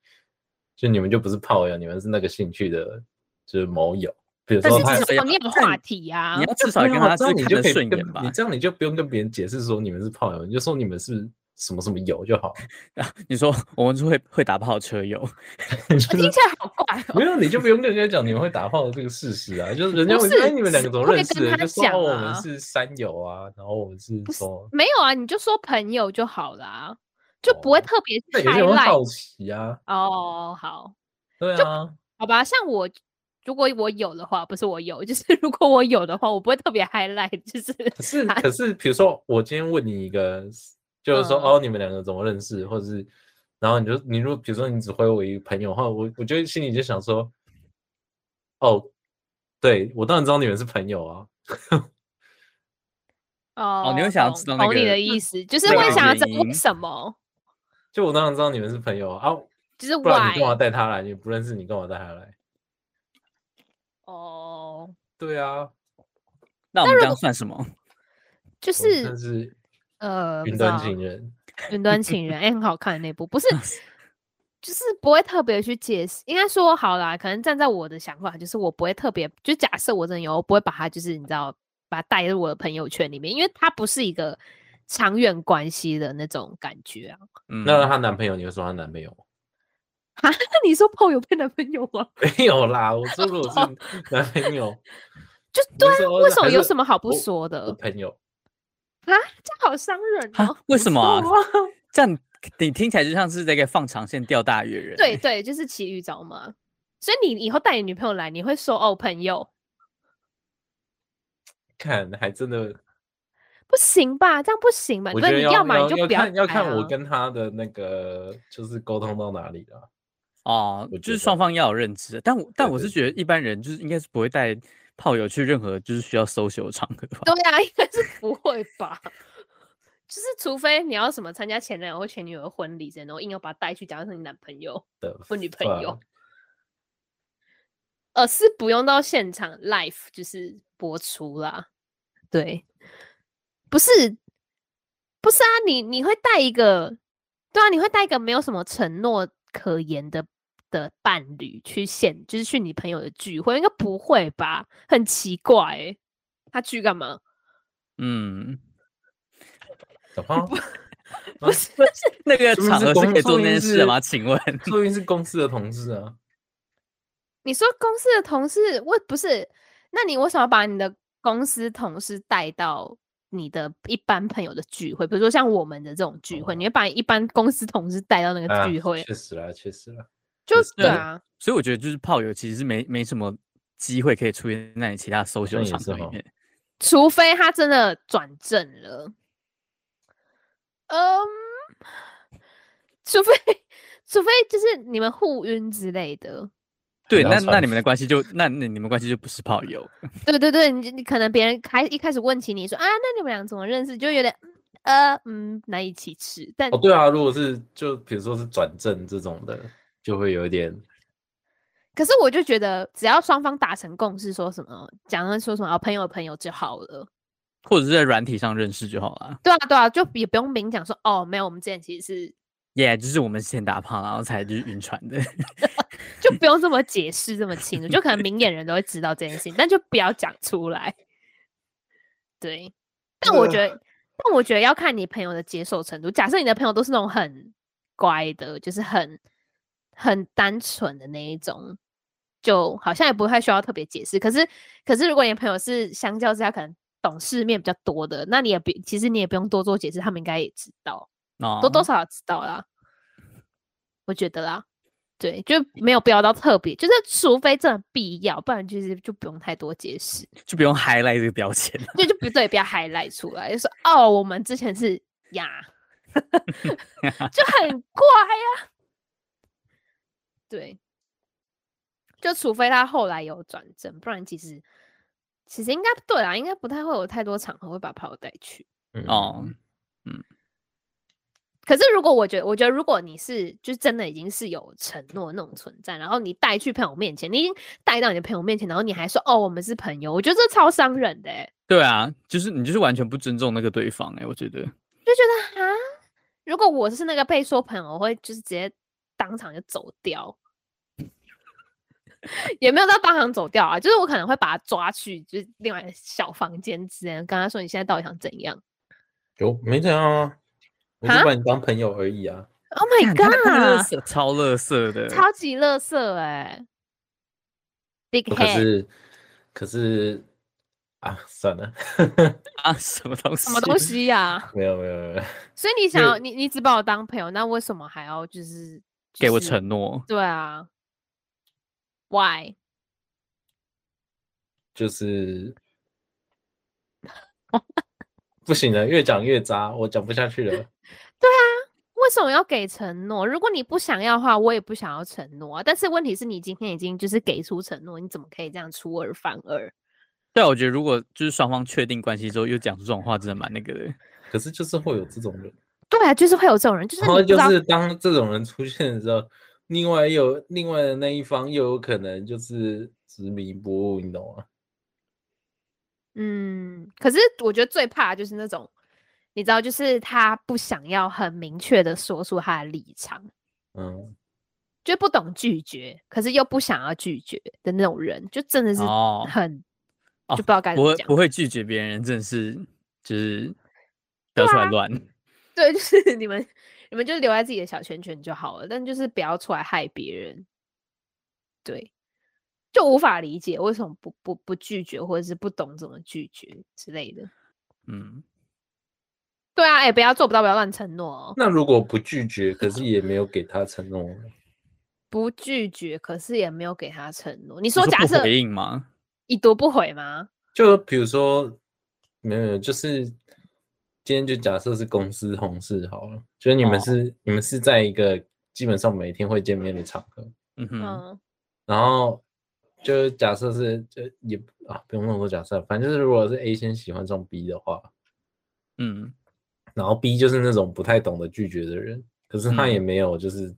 [SPEAKER 3] 就你们就不是炮友，你们是那个兴趣的，就是某友。比如
[SPEAKER 2] 但
[SPEAKER 3] 说
[SPEAKER 2] 是
[SPEAKER 3] 他
[SPEAKER 1] 至少
[SPEAKER 2] 至
[SPEAKER 1] 要
[SPEAKER 2] 少你有
[SPEAKER 1] 看
[SPEAKER 2] 话题啊
[SPEAKER 1] 你，要至少跟他
[SPEAKER 3] 这
[SPEAKER 1] 是
[SPEAKER 3] 样你
[SPEAKER 1] 看
[SPEAKER 3] 就
[SPEAKER 1] 得
[SPEAKER 3] 可以
[SPEAKER 1] 顺
[SPEAKER 3] 跟
[SPEAKER 1] 眼吧
[SPEAKER 3] 你？这样你就不用跟别人解释说你们是炮友，你就说你们是什么什么友就好了。
[SPEAKER 1] 啊你说我们是会会打炮车友，
[SPEAKER 3] 就
[SPEAKER 2] 听
[SPEAKER 3] 是
[SPEAKER 2] 起来好怪哦、
[SPEAKER 3] 没有，你就不用跟人家讲你们会打炮的这个事实啊，就是人家
[SPEAKER 2] 不
[SPEAKER 3] 会说
[SPEAKER 2] 是
[SPEAKER 3] 哎你们两个怎么
[SPEAKER 2] 会
[SPEAKER 3] 认
[SPEAKER 2] 跟
[SPEAKER 3] 识的，
[SPEAKER 2] 他
[SPEAKER 3] 就说
[SPEAKER 2] 讲
[SPEAKER 3] 哦我们
[SPEAKER 2] 啊
[SPEAKER 3] 是山友啊，然后我们是说
[SPEAKER 2] 没有啊，你就说朋友就好啦，就不会
[SPEAKER 3] 哦
[SPEAKER 2] 特别
[SPEAKER 3] 那
[SPEAKER 2] 去
[SPEAKER 3] 有些人会
[SPEAKER 2] highlight
[SPEAKER 3] 好奇啊，
[SPEAKER 2] 哦。好，
[SPEAKER 3] 对啊，
[SPEAKER 2] 好吧，像我如果我有的话，不是我有， 就是如果我有的话，我不会特别 highlight，就是
[SPEAKER 3] 可是
[SPEAKER 2] 啊
[SPEAKER 3] 可是，比如说我今天问你一个，就是说、
[SPEAKER 2] 嗯
[SPEAKER 3] 哦，你们两个怎么认识，或者是，然后你就你如果比如说你只回我一个朋友的话，我我就心里就想说，哦，对我当然知道你们是朋友啊，
[SPEAKER 2] 哦，
[SPEAKER 1] 你会想要知
[SPEAKER 2] 懂
[SPEAKER 1] 道那
[SPEAKER 2] 懂你
[SPEAKER 1] 个
[SPEAKER 2] 的意思，就是
[SPEAKER 1] 那
[SPEAKER 2] 会
[SPEAKER 1] 个
[SPEAKER 2] 想要
[SPEAKER 1] 原
[SPEAKER 2] 知道为
[SPEAKER 1] 因
[SPEAKER 2] 什么，
[SPEAKER 3] 就我当然知道你们是朋友啊，啊
[SPEAKER 2] 就是
[SPEAKER 3] 不然你干嘛
[SPEAKER 2] why
[SPEAKER 3] 带他来？你不认识你干嘛带他来？
[SPEAKER 2] 哦，
[SPEAKER 3] 对啊，
[SPEAKER 1] 那我们这样算什么？
[SPEAKER 2] 就
[SPEAKER 3] 我真
[SPEAKER 2] 是
[SPEAKER 3] 的是
[SPEAKER 2] 呃，不
[SPEAKER 3] 云
[SPEAKER 2] 知
[SPEAKER 3] 端
[SPEAKER 2] 道
[SPEAKER 3] 情人，
[SPEAKER 2] 云端情人，哎、很好看那部，不是，就是不会特别去解释，应该说好啦，可能站在我的想法，就是我不会特别，就假设我真的有，我不会把它就是你知道，把它带入我的朋友圈里面，因为它不是一个长远关系的那种感觉啊。
[SPEAKER 1] 嗯，
[SPEAKER 3] 那她男朋友你会说她男朋友吗？
[SPEAKER 2] 那你说炮友变男朋友吗？
[SPEAKER 3] 没有啦，我说如果是男朋友，
[SPEAKER 2] 就
[SPEAKER 3] 你
[SPEAKER 2] 对
[SPEAKER 3] 是
[SPEAKER 2] 啊，
[SPEAKER 3] 说
[SPEAKER 2] 为什么
[SPEAKER 3] 还
[SPEAKER 2] 有
[SPEAKER 3] 是
[SPEAKER 2] 什么好不
[SPEAKER 3] 我
[SPEAKER 2] 说
[SPEAKER 3] 我
[SPEAKER 2] 的？
[SPEAKER 3] 朋友。
[SPEAKER 2] 这样好伤人
[SPEAKER 1] 啊
[SPEAKER 2] 哦。
[SPEAKER 1] 为什么 啊？这样你听起来就像是在给放长线钓大鱼的人。
[SPEAKER 2] 对，对，就是骑驴找马。所以你以后带你女朋友来，你会说哦，朋友
[SPEAKER 3] 看，还真的，
[SPEAKER 2] 不行吧？这样不行吧？
[SPEAKER 3] 我
[SPEAKER 2] 啊那
[SPEAKER 3] 觉得
[SPEAKER 2] 你
[SPEAKER 3] 要
[SPEAKER 2] 么你
[SPEAKER 3] 要
[SPEAKER 2] 就
[SPEAKER 3] 要
[SPEAKER 2] 不
[SPEAKER 3] 看要
[SPEAKER 2] 来
[SPEAKER 3] 看我
[SPEAKER 2] 啊
[SPEAKER 3] 跟他的那个就是沟通到哪里了。
[SPEAKER 1] 哦
[SPEAKER 3] 我，觉
[SPEAKER 1] 就是
[SPEAKER 3] 得
[SPEAKER 1] 双方要有认知，但我但
[SPEAKER 3] 对
[SPEAKER 1] 我
[SPEAKER 3] 对
[SPEAKER 1] 是觉得一般人就是应该是不会带炮友去任何就是需要 social 的场合吧。
[SPEAKER 2] 对啊，应该是不会吧？就是除非你要什么参加前男友或前女友的婚礼之类的，然后硬要把他带去，假如是你男朋友
[SPEAKER 3] 的
[SPEAKER 2] 或女朋友，呃，是不用到现场 live 就是播出啦。对，不是，不是啊，你你会带一个，对啊，你会带一个没有什么承诺可言的的伴侣去现，就是去你朋友的聚会，应该不会吧？很奇怪、欸，他去干嘛？
[SPEAKER 1] 嗯，
[SPEAKER 3] 怎么？
[SPEAKER 2] 不
[SPEAKER 3] 啊
[SPEAKER 2] 是。
[SPEAKER 1] 那个
[SPEAKER 3] 说明
[SPEAKER 1] 场
[SPEAKER 3] 是
[SPEAKER 1] 合
[SPEAKER 3] 公
[SPEAKER 1] 是可以
[SPEAKER 3] 说
[SPEAKER 1] 做这
[SPEAKER 3] 明
[SPEAKER 1] 件事
[SPEAKER 3] 是
[SPEAKER 1] 的吗？请问，
[SPEAKER 3] 说明是 公司的同事啊，
[SPEAKER 2] 你说公司的同事，我不是？那你为什么要把你的公司同事带到你的一般朋友的聚会？比如说像我们的这种聚会，
[SPEAKER 1] 哦
[SPEAKER 2] 你会把一般公司同事带到那
[SPEAKER 3] 啊
[SPEAKER 2] 个聚会，
[SPEAKER 3] 确实啦，确实啦，
[SPEAKER 2] 就
[SPEAKER 3] 实
[SPEAKER 2] 对
[SPEAKER 1] 是
[SPEAKER 2] 啊，
[SPEAKER 1] 所以我觉得就是炮友其实是没没什么机会可以出现在你其他
[SPEAKER 3] 像
[SPEAKER 1] social
[SPEAKER 3] 也
[SPEAKER 1] 场
[SPEAKER 3] 是哦
[SPEAKER 1] 合里
[SPEAKER 3] 吼
[SPEAKER 1] 面。
[SPEAKER 2] 除非他真的转正了，嗯，除非 除非就是你们互晕之类的，
[SPEAKER 1] 对，
[SPEAKER 3] 然后
[SPEAKER 1] 那
[SPEAKER 3] 传
[SPEAKER 1] 那你们的关系就那那你们关系就不是炮友，
[SPEAKER 2] 对对对，你你可能别人开一开始问起你说啊，那你们俩怎么认识，就有点嗯呃嗯难以启齿，但
[SPEAKER 1] 哦
[SPEAKER 3] 哦，对啊，如果是就比如说是转正这种的，就会有一点
[SPEAKER 2] 可是我就觉得，只要双方达成共识，说什么讲了说什么、啊、朋友的朋友就好了。
[SPEAKER 1] 或者是在软体上认识就好了。
[SPEAKER 2] 对啊，对啊，就也不用明讲说哦，没有，我们之前其实是
[SPEAKER 1] 耶、就是我们先打炮，然后才就是晕船的。
[SPEAKER 2] 就不用这么解释这么清楚，就可能明眼人都会知道这件事情，但就不要讲出来。对，但我觉得，但我觉得要看你朋友的接受程度。假设你的朋友都是那种很乖的，就是很很单纯的那一种，就好像也不太需要特别解释。可是，可是如果你的朋友是相较之下可能懂事面比较多的，那你也不，其实你也不用多做解释，他们应该也知道，
[SPEAKER 1] 哦
[SPEAKER 2] 多多少少知道啦。我觉得啦，对，就没有必要到特别，就是除非真的必要，不然就是就不用太多解释。
[SPEAKER 1] 就不用 highlight 这个标签了。
[SPEAKER 2] 就就不对，不要 highlight 出来，就说哦，我们之前是呀，就很怪呀、对，就除非他后来有转正，不然其实其实应该对啦，应该不太会有太多场合会把朋友带去。
[SPEAKER 3] 嗯，
[SPEAKER 1] 哦，
[SPEAKER 2] 可是如果我觉得，我觉得如果你是就真的已经是有承诺那种存在，然后你带去朋友面前，你已经带到你的朋友面前，然后你还说哦我们是朋友，我觉得这超伤人的、欸。
[SPEAKER 1] 对啊，就是你就是完全不尊重那个对方哎、我觉得
[SPEAKER 2] 就觉得啊，如果我是那个被说朋友，我会就是直接当场就走掉， 也没有到当场走掉啊，就是我可能会把他抓去就是另外一个小房间之类的，跟他说你现在到底想怎样
[SPEAKER 3] 有没怎样啊？我就
[SPEAKER 2] 哈
[SPEAKER 3] 把你当朋友而已啊。
[SPEAKER 2] ？Oh
[SPEAKER 1] 干他他垃
[SPEAKER 2] my
[SPEAKER 1] 圾超乐色的
[SPEAKER 2] god，，超级乐色哎、b i g
[SPEAKER 3] 可
[SPEAKER 2] head
[SPEAKER 3] 是可是啊，算了，
[SPEAKER 1] 啊什么东西？
[SPEAKER 2] 什么东？西呀、
[SPEAKER 3] 没有没有没有，
[SPEAKER 2] 所以你想
[SPEAKER 3] 对
[SPEAKER 2] 要你你只把我当朋友，那为什么还要就是、就
[SPEAKER 1] 给我
[SPEAKER 2] 是
[SPEAKER 1] 承诺，
[SPEAKER 2] 对啊？Why？
[SPEAKER 3] 就是不行了，越讲越渣，我讲不下去了。
[SPEAKER 2] 啊为什么要给承诺？如果你不想要的话，我也不想要承诺啊。但是问题是你今天已经就是给出承诺，你怎么可以这样出尔反尔？
[SPEAKER 1] 对啊，我觉得如果就是双方确定关系之后又讲出这种话，真的蛮那个的。
[SPEAKER 3] 可是就是会有这种人，
[SPEAKER 2] 对啊，就是会有这种人，就是
[SPEAKER 3] 然
[SPEAKER 2] 你
[SPEAKER 3] 后
[SPEAKER 2] 不知
[SPEAKER 3] 就
[SPEAKER 2] 道，
[SPEAKER 3] 是当这种人出现的时候，另外有另外的那一方又有可能就是执迷不悟，你懂吗？
[SPEAKER 2] 嗯。可是我觉得最怕的就是那种，你知道，就是他不想要很明确的说出他的立场，
[SPEAKER 3] 嗯，
[SPEAKER 2] 就不懂拒绝，可是又不想要拒绝的那种人，就真的是
[SPEAKER 1] 哦
[SPEAKER 2] 很、
[SPEAKER 1] 哦
[SPEAKER 2] 就不知道该
[SPEAKER 1] 不
[SPEAKER 2] 怎么
[SPEAKER 1] 会
[SPEAKER 2] 讲。
[SPEAKER 1] 不会拒绝别人，真的是就是得
[SPEAKER 2] 啊
[SPEAKER 1] 出来乱。
[SPEAKER 2] 对，就是你们你们就留在自己的小圈圈就好了，但就是不要出来害别人。对，就无法理解为什么不不不拒绝，或者是不懂怎么拒绝之类的。
[SPEAKER 1] 嗯，
[SPEAKER 2] 对啊，哎、不要做不到，不要乱承诺哦。
[SPEAKER 3] 那如果不拒绝，可是也没有给他承诺，
[SPEAKER 2] 不拒绝，可是也没有给他承诺。你
[SPEAKER 1] 你
[SPEAKER 2] 说假
[SPEAKER 1] 不
[SPEAKER 2] 设
[SPEAKER 1] 回应吗？
[SPEAKER 2] 已读不回吗？
[SPEAKER 3] 就比如说没有没有，就是今天就假设是公司同事好了，就是你们
[SPEAKER 1] 哦
[SPEAKER 3] 是、你们是在一个基本上每天会见面的场合，
[SPEAKER 1] 嗯哼，
[SPEAKER 2] 嗯，
[SPEAKER 3] 然后就假设是，就也啊不用那么多假设，反正就是如果是 A 先喜欢上 B 的话，
[SPEAKER 1] 嗯，
[SPEAKER 3] 然后 B 就是那种不太懂得拒绝的人，可是他也没有就是，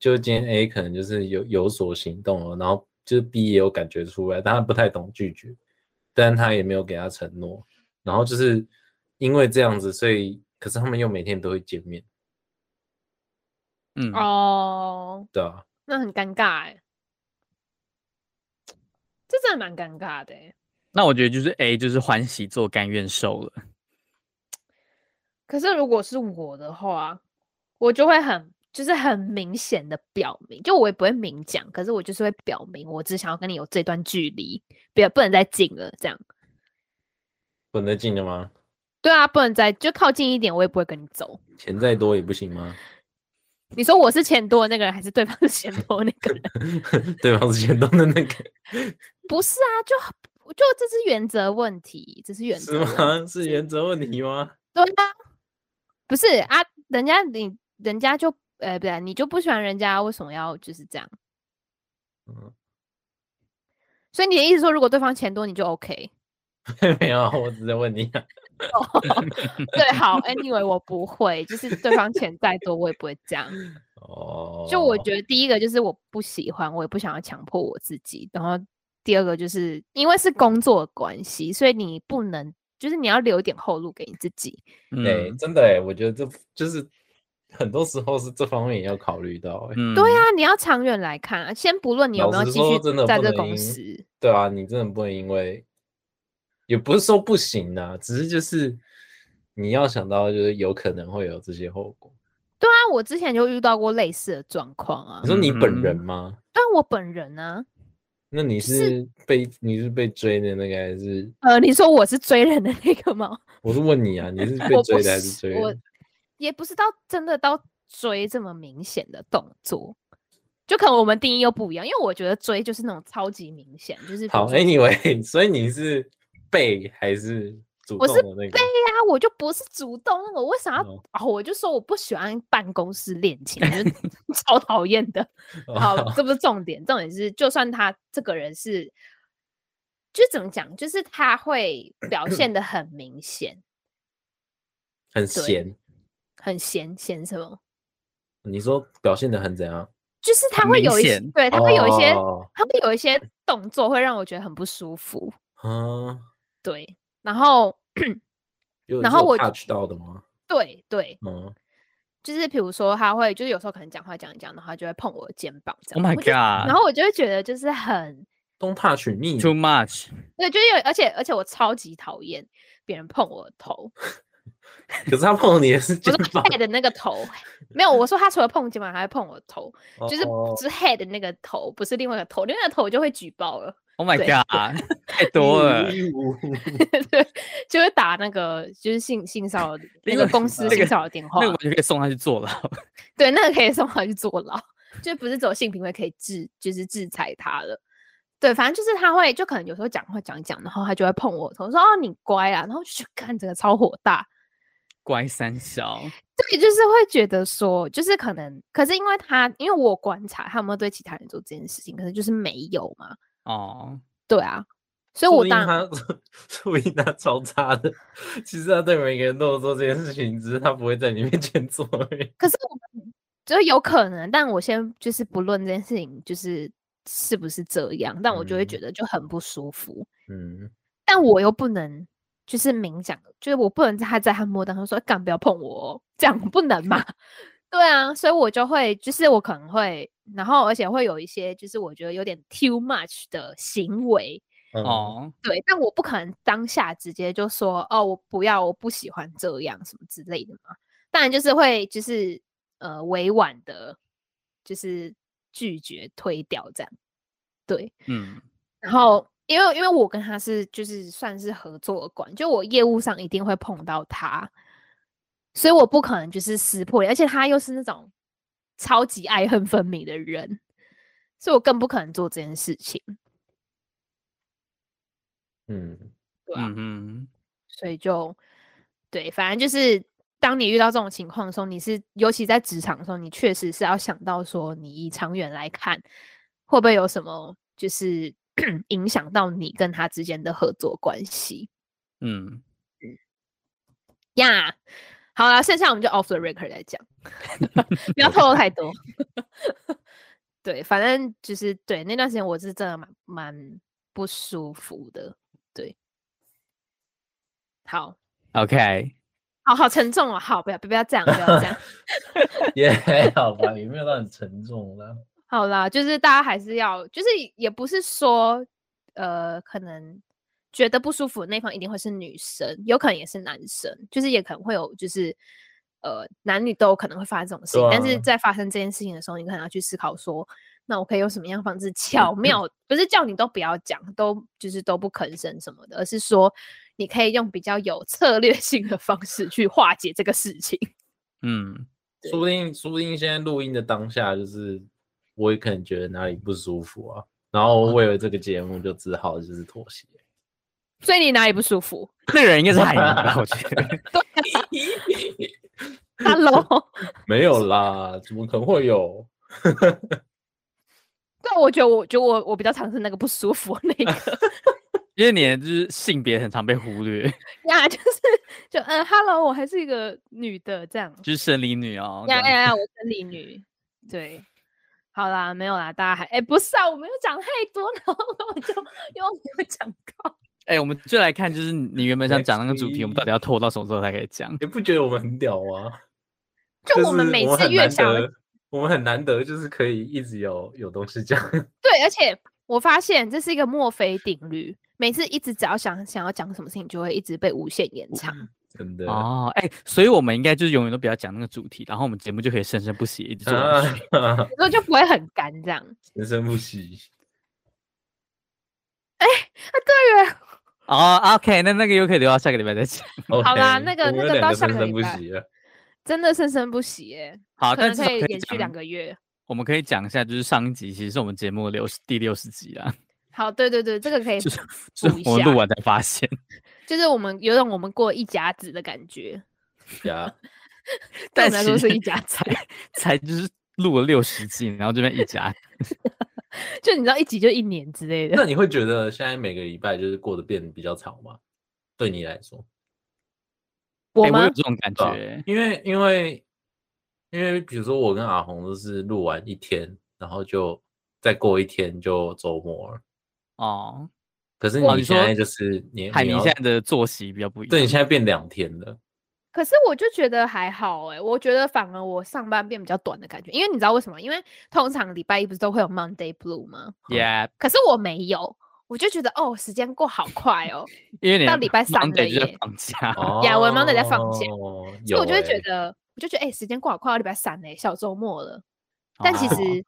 [SPEAKER 3] 就今天 A 可能就是有有所行动了，然后就是 B 也有感觉出来，但他不太懂拒绝，但他也没有给他承诺，然后就是因为这样子，所以可是他们又每天都会见面，
[SPEAKER 1] 嗯，
[SPEAKER 2] 哦，
[SPEAKER 3] 对啊，
[SPEAKER 2] 那很尴尬哎、这真的蛮尴尬的、欸。
[SPEAKER 1] 那我觉得就是 A 就是欢喜做甘愿受了，
[SPEAKER 2] 可是如果是我的话，我就会很就是很明显的表明，就我也不会明讲，可是我就是会表明，我只想要跟你有这段距离，不要不能再近了，这样。
[SPEAKER 3] 滚得近的吗？
[SPEAKER 2] 对啊，不能再就靠近一点，我也不会跟你走。
[SPEAKER 3] 钱再多也不行吗？
[SPEAKER 2] 你说我是钱多的那个人，还是对方是钱多的那个人？
[SPEAKER 3] 对方是钱多的那个。
[SPEAKER 2] 不是啊，就就这是原则问题，这是原
[SPEAKER 3] 是
[SPEAKER 2] 则问题。
[SPEAKER 3] 吗？是原则问题吗？
[SPEAKER 2] 对啊，不是啊，人家你人家就呃，不对啊、你就不喜欢人家，为什么要就是这样？
[SPEAKER 3] 嗯，
[SPEAKER 2] 所以你的意思说，如果对方钱多，你就 OK？
[SPEAKER 3] 嗯 没有，我只是问你、啊。
[SPEAKER 2] 对，好，anyway，我不会，就是对方钱再多，我也不会这样。
[SPEAKER 3] 哦，
[SPEAKER 2] 就我觉得第一个就是我不喜欢，我也不想要强迫我自己。然后第二个就是因为是工作的关系，所以你不能，就是你要留一点后路给你自己。
[SPEAKER 1] 嗯
[SPEAKER 3] 哎、真的哎、我觉得这就是很多时候是这方面也要考虑到哎、
[SPEAKER 1] 嗯，
[SPEAKER 2] 对啊，你要长远来看啊，先不论你有
[SPEAKER 3] 老
[SPEAKER 2] 没有
[SPEAKER 3] 实
[SPEAKER 2] 继
[SPEAKER 3] 说
[SPEAKER 2] 续
[SPEAKER 3] 真的
[SPEAKER 2] 在
[SPEAKER 3] 不
[SPEAKER 2] 这
[SPEAKER 3] 能
[SPEAKER 2] 公
[SPEAKER 3] 因
[SPEAKER 2] 司，
[SPEAKER 3] 对啊，你真的不能因为，也不是说不行啊，只是就是你要想到就是有可能会有这些后果。
[SPEAKER 2] 对啊，我之前就遇到过类似的状况啊
[SPEAKER 3] 你。说你本人
[SPEAKER 1] 嗯
[SPEAKER 3] 吗？
[SPEAKER 2] 但我本人啊呢、
[SPEAKER 3] 那你是被你是被追的那个还是？
[SPEAKER 2] 呃，你说我是追人的那个吗？
[SPEAKER 3] 我是问你啊，你是被
[SPEAKER 2] 我
[SPEAKER 3] 追
[SPEAKER 2] 不
[SPEAKER 3] 的还是追
[SPEAKER 2] 我
[SPEAKER 3] 人？
[SPEAKER 2] 也不是到真的到追这么明显的动作，就可能我们定义又不一样，因为我觉得追就是那种超级明显，就是比
[SPEAKER 3] 好
[SPEAKER 2] 如说
[SPEAKER 3] ，Anyway，所 以你是被还是主
[SPEAKER 2] 我
[SPEAKER 3] 动
[SPEAKER 2] 是
[SPEAKER 3] 的那个
[SPEAKER 2] 对？哎呀、我就不是主动，我为啥要
[SPEAKER 3] 哦
[SPEAKER 2] 哦？我就说我不喜欢办公室恋情，就是 超讨厌的。
[SPEAKER 3] 哦
[SPEAKER 2] 好，这不是重点，重点是，就算他这个人是，就怎么讲，就是他会表现的很明显，
[SPEAKER 3] 很闲。
[SPEAKER 2] 很闲闲什么，
[SPEAKER 3] 你说表现的很怎样？
[SPEAKER 2] 就是他
[SPEAKER 1] 很
[SPEAKER 2] 会
[SPEAKER 1] 明
[SPEAKER 2] 有一些
[SPEAKER 1] 显，
[SPEAKER 2] 对，他会有一些，
[SPEAKER 3] 哦
[SPEAKER 2] 他会有一
[SPEAKER 1] 嗯
[SPEAKER 2] 些动作会让我觉得很不舒服，
[SPEAKER 3] 啊，
[SPEAKER 2] 对，然后
[SPEAKER 3] 有
[SPEAKER 2] 然后
[SPEAKER 3] 有
[SPEAKER 2] 我
[SPEAKER 3] touch 到的吗？
[SPEAKER 2] 对对，
[SPEAKER 3] 嗯，
[SPEAKER 2] 就是比如说他会，就是有时候可能讲话讲一讲，然后他就会碰我的肩膀这
[SPEAKER 1] Oh
[SPEAKER 2] 样
[SPEAKER 1] my
[SPEAKER 2] 我就然
[SPEAKER 1] god，too
[SPEAKER 2] 后我就会觉得就是很
[SPEAKER 3] don't touch me。
[SPEAKER 1] much，
[SPEAKER 2] 对，就是有，而且而且我超级讨厌别人碰我的头，
[SPEAKER 3] 可是他碰你也 是
[SPEAKER 2] 我
[SPEAKER 3] 肩
[SPEAKER 2] 说
[SPEAKER 3] 膀，
[SPEAKER 2] head 的那个头，没有，我说他除了碰肩膀，还会碰我的头，就是
[SPEAKER 3] 哦
[SPEAKER 2] 就是 head 的那个头，不是另外一个头，另外一个头我就会举报了，
[SPEAKER 1] Oh my
[SPEAKER 2] 对
[SPEAKER 1] god，太多了。
[SPEAKER 2] 对，就会打那个就是性性骚扰的那
[SPEAKER 1] 另
[SPEAKER 2] 个
[SPEAKER 1] 外
[SPEAKER 2] 公司
[SPEAKER 1] 那
[SPEAKER 2] 性
[SPEAKER 1] 个
[SPEAKER 2] 骚扰电话，
[SPEAKER 1] 那个完全可以送他去坐牢。
[SPEAKER 2] 对，那个可以送他去坐牢，就不是只有性平会可以制，就是制裁他了。对，反正就是他会，就可能有时候讲话讲一讲，然后他就会碰我头，说：“哦，你乖啦。”然后我就去看整个超火大，
[SPEAKER 1] 乖三小，
[SPEAKER 2] 对，就是会觉得说，就是可能，可是因为他，因为我有观察他有没有对其他人做这件事情，可是就是没有嘛，
[SPEAKER 1] 哦，
[SPEAKER 2] 对啊，所以
[SPEAKER 3] 说不
[SPEAKER 2] 我
[SPEAKER 3] 定
[SPEAKER 2] 当
[SPEAKER 3] 他， 说不定他超差的。其实他对每个人都有做这件事情，只是他不会在你面前做而已。
[SPEAKER 2] 可是我们就是有可能，但我先就是不论这件事情就是是不是这样，但我就会觉
[SPEAKER 3] 嗯
[SPEAKER 2] 得就很不舒服，
[SPEAKER 3] 嗯，
[SPEAKER 2] 但我又不能就是明讲，就是我不能在他在他摸当中说哎干不要碰我、哦，这样不能嘛？对啊，所以我就会就是我可能会，然后而且会有一些就是我觉得有点 too much 的行为，
[SPEAKER 3] 嗯，
[SPEAKER 1] 哦，
[SPEAKER 2] 对，但我不可能当下直接就说哦，我不要，我不喜欢这样什么之类的嘛。当然就是会就是呃委婉的，就是拒绝推掉这样，对。
[SPEAKER 1] 嗯，
[SPEAKER 2] 然后因为因为我跟他是就是算是合作的关，就我业务上一定会碰到他，所以我不可能就是撕破脸，而且他又是那种超级爱恨分明的人，所以我更不可能做这件事情，
[SPEAKER 3] 嗯，
[SPEAKER 2] 对啊
[SPEAKER 1] 嗯嗯，
[SPEAKER 2] 所以就对，反正就是当你遇到这种情况的时候，你是尤其在职场的时候，你确实是要想到说，你以长远来看，会不会有什么就是 影响到你跟他之间的合作关系
[SPEAKER 1] 嗯，
[SPEAKER 2] 呀好啦，剩下我们就 off the record 来讲，不要透露太多。 对，反正就是对那段时间，我是真的蛮蛮不舒服的。对，好，
[SPEAKER 1] OK，
[SPEAKER 2] 好好沉重哦，好，不要不要这样，不要这样。
[SPEAKER 3] 也还好吧，也没有到很沉重啦。
[SPEAKER 2] 好啦，就是大家还是要，就是也不是说，呃，可能觉得不舒服的那方一定会是女生，有可能也是男生，就是也可能会有，就是呃，男女都有可能会发生这种事情。
[SPEAKER 3] 对
[SPEAKER 2] 但是
[SPEAKER 3] 啊
[SPEAKER 2] 在发生这件事情的时候，你可能要去思考说，那我可以用什么样的方
[SPEAKER 3] 嗯
[SPEAKER 2] 式巧妙，不是叫你都不要讲，都就是都不吭声什么的，而是说你可以用比较有策略性的方式去化解这个事情。
[SPEAKER 1] 嗯，
[SPEAKER 2] 对
[SPEAKER 3] 说不定，说不定现在录音的当下，就是我也可能觉得哪里不舒服啊，然后为了这个节目，就只好就是妥协。
[SPEAKER 2] 所以你哪里不舒 服
[SPEAKER 1] 那个人应该是海南吧？我觉得
[SPEAKER 2] ？Hello。
[SPEAKER 3] 没有啦，怎么可能会有？
[SPEAKER 2] 对，我觉得我觉得我我比较常是那个不舒服的 那个
[SPEAKER 1] 因为你的就是性别很常被忽略，
[SPEAKER 2] 呀，就是就嗯，Hello，我还是一个女的这样。
[SPEAKER 1] 就是生理女哦。这
[SPEAKER 2] 呀
[SPEAKER 1] 样
[SPEAKER 2] 呀呀，我生理女，对，好啦，没有啦，大家还哎、不是啊，我没有讲太多， 然后我就又没有讲到。
[SPEAKER 1] 哎、我们就来看，就是你原本想讲那个主题，我们到底
[SPEAKER 3] Next
[SPEAKER 1] 要拖到什么时候才可以讲？
[SPEAKER 3] 你不觉得我们很屌吗？
[SPEAKER 2] 就我
[SPEAKER 3] 是
[SPEAKER 2] 们每次
[SPEAKER 3] 很
[SPEAKER 2] 越
[SPEAKER 3] 难
[SPEAKER 2] 讲
[SPEAKER 3] 得，我们很难得，就是可以一直有有东西讲。
[SPEAKER 2] 对，而且我发现这是一个墨菲定律，每次一直只要想想要讲什么事情，就会一直被无限
[SPEAKER 1] 嗯
[SPEAKER 2] 延长。
[SPEAKER 3] 真的
[SPEAKER 1] 哦，哎、所以我们应该就是永远都不要讲那个主题，然后我们节目就可以生生不息一直做下去。
[SPEAKER 3] 啊，
[SPEAKER 2] 所以就不会很干这样。
[SPEAKER 3] 人生不息。
[SPEAKER 2] 对呀，
[SPEAKER 3] 啊
[SPEAKER 1] 哦，OK，那那个又可以留到下个礼拜再讲。
[SPEAKER 2] 好啦
[SPEAKER 3] OK，
[SPEAKER 2] 那个
[SPEAKER 3] 我们
[SPEAKER 2] 那
[SPEAKER 3] 有
[SPEAKER 2] 个
[SPEAKER 3] 两
[SPEAKER 2] 到
[SPEAKER 3] 个
[SPEAKER 2] 下
[SPEAKER 3] 生
[SPEAKER 2] 个
[SPEAKER 3] 生
[SPEAKER 2] 礼
[SPEAKER 3] 不
[SPEAKER 2] 拜
[SPEAKER 3] 息了。
[SPEAKER 2] 真的生生不息耶，
[SPEAKER 1] 好，
[SPEAKER 2] 可
[SPEAKER 1] 啊但
[SPEAKER 2] 能
[SPEAKER 1] 至少
[SPEAKER 2] 可以
[SPEAKER 1] 可以
[SPEAKER 2] 延续
[SPEAKER 1] 讲
[SPEAKER 2] 两个月。
[SPEAKER 1] 我们可以讲一下，就是上一集其实是我们节目的六十第六十集啦，
[SPEAKER 2] 好，对对对，这个可以，
[SPEAKER 1] 就是是
[SPEAKER 2] 补一
[SPEAKER 1] 我们
[SPEAKER 2] 下
[SPEAKER 1] 录完才发现，
[SPEAKER 2] 就是我们有种我们过一甲子的感觉，
[SPEAKER 3] 呀，
[SPEAKER 2] 对
[SPEAKER 1] 但
[SPEAKER 2] 我们来说
[SPEAKER 1] 其
[SPEAKER 2] 是
[SPEAKER 1] 实
[SPEAKER 2] 一 甲子
[SPEAKER 1] 才，才就是录了六十集，然后这边一家，
[SPEAKER 2] 就你知道一集就一年之类的。
[SPEAKER 3] 那你会觉得现在每个礼拜就是过得变得比较长吗？对你来说，
[SPEAKER 2] 我
[SPEAKER 1] 哎我
[SPEAKER 2] 吗
[SPEAKER 1] 有？这种感
[SPEAKER 3] 对啊
[SPEAKER 1] 觉。
[SPEAKER 3] 因为因为因为比如说我跟阿红都是录完一天，然后就再过一天就周末了。
[SPEAKER 1] 哦，
[SPEAKER 3] 可是
[SPEAKER 1] 哦
[SPEAKER 3] 你
[SPEAKER 1] 你
[SPEAKER 3] 现
[SPEAKER 1] 说
[SPEAKER 3] 在就是你，
[SPEAKER 1] 海
[SPEAKER 3] 你
[SPEAKER 1] 尼
[SPEAKER 3] 要
[SPEAKER 1] 现在的作息比较不一样。
[SPEAKER 3] 对你现在变两天了，
[SPEAKER 2] 可是我就觉得还好哎，我觉得反而我上班变比较短的感觉，因为你知道为什么？因为通常礼拜一不是都会有 Monday Blue 吗？
[SPEAKER 1] Yeah，
[SPEAKER 2] 可是我没有，我就觉得哦，时间过好快哦。
[SPEAKER 1] 因为你
[SPEAKER 2] 到礼拜三
[SPEAKER 1] Monday
[SPEAKER 2] 了
[SPEAKER 1] 就在
[SPEAKER 2] 耶
[SPEAKER 1] 放假。
[SPEAKER 2] 呀我忙着在放假
[SPEAKER 3] 哦
[SPEAKER 2] 所以我
[SPEAKER 3] 有
[SPEAKER 2] 就会
[SPEAKER 3] 欸
[SPEAKER 2] 觉得，我就觉得，哎、时间过好快，要礼拜三嘞、小周末了。 但其
[SPEAKER 1] 哦
[SPEAKER 2] 实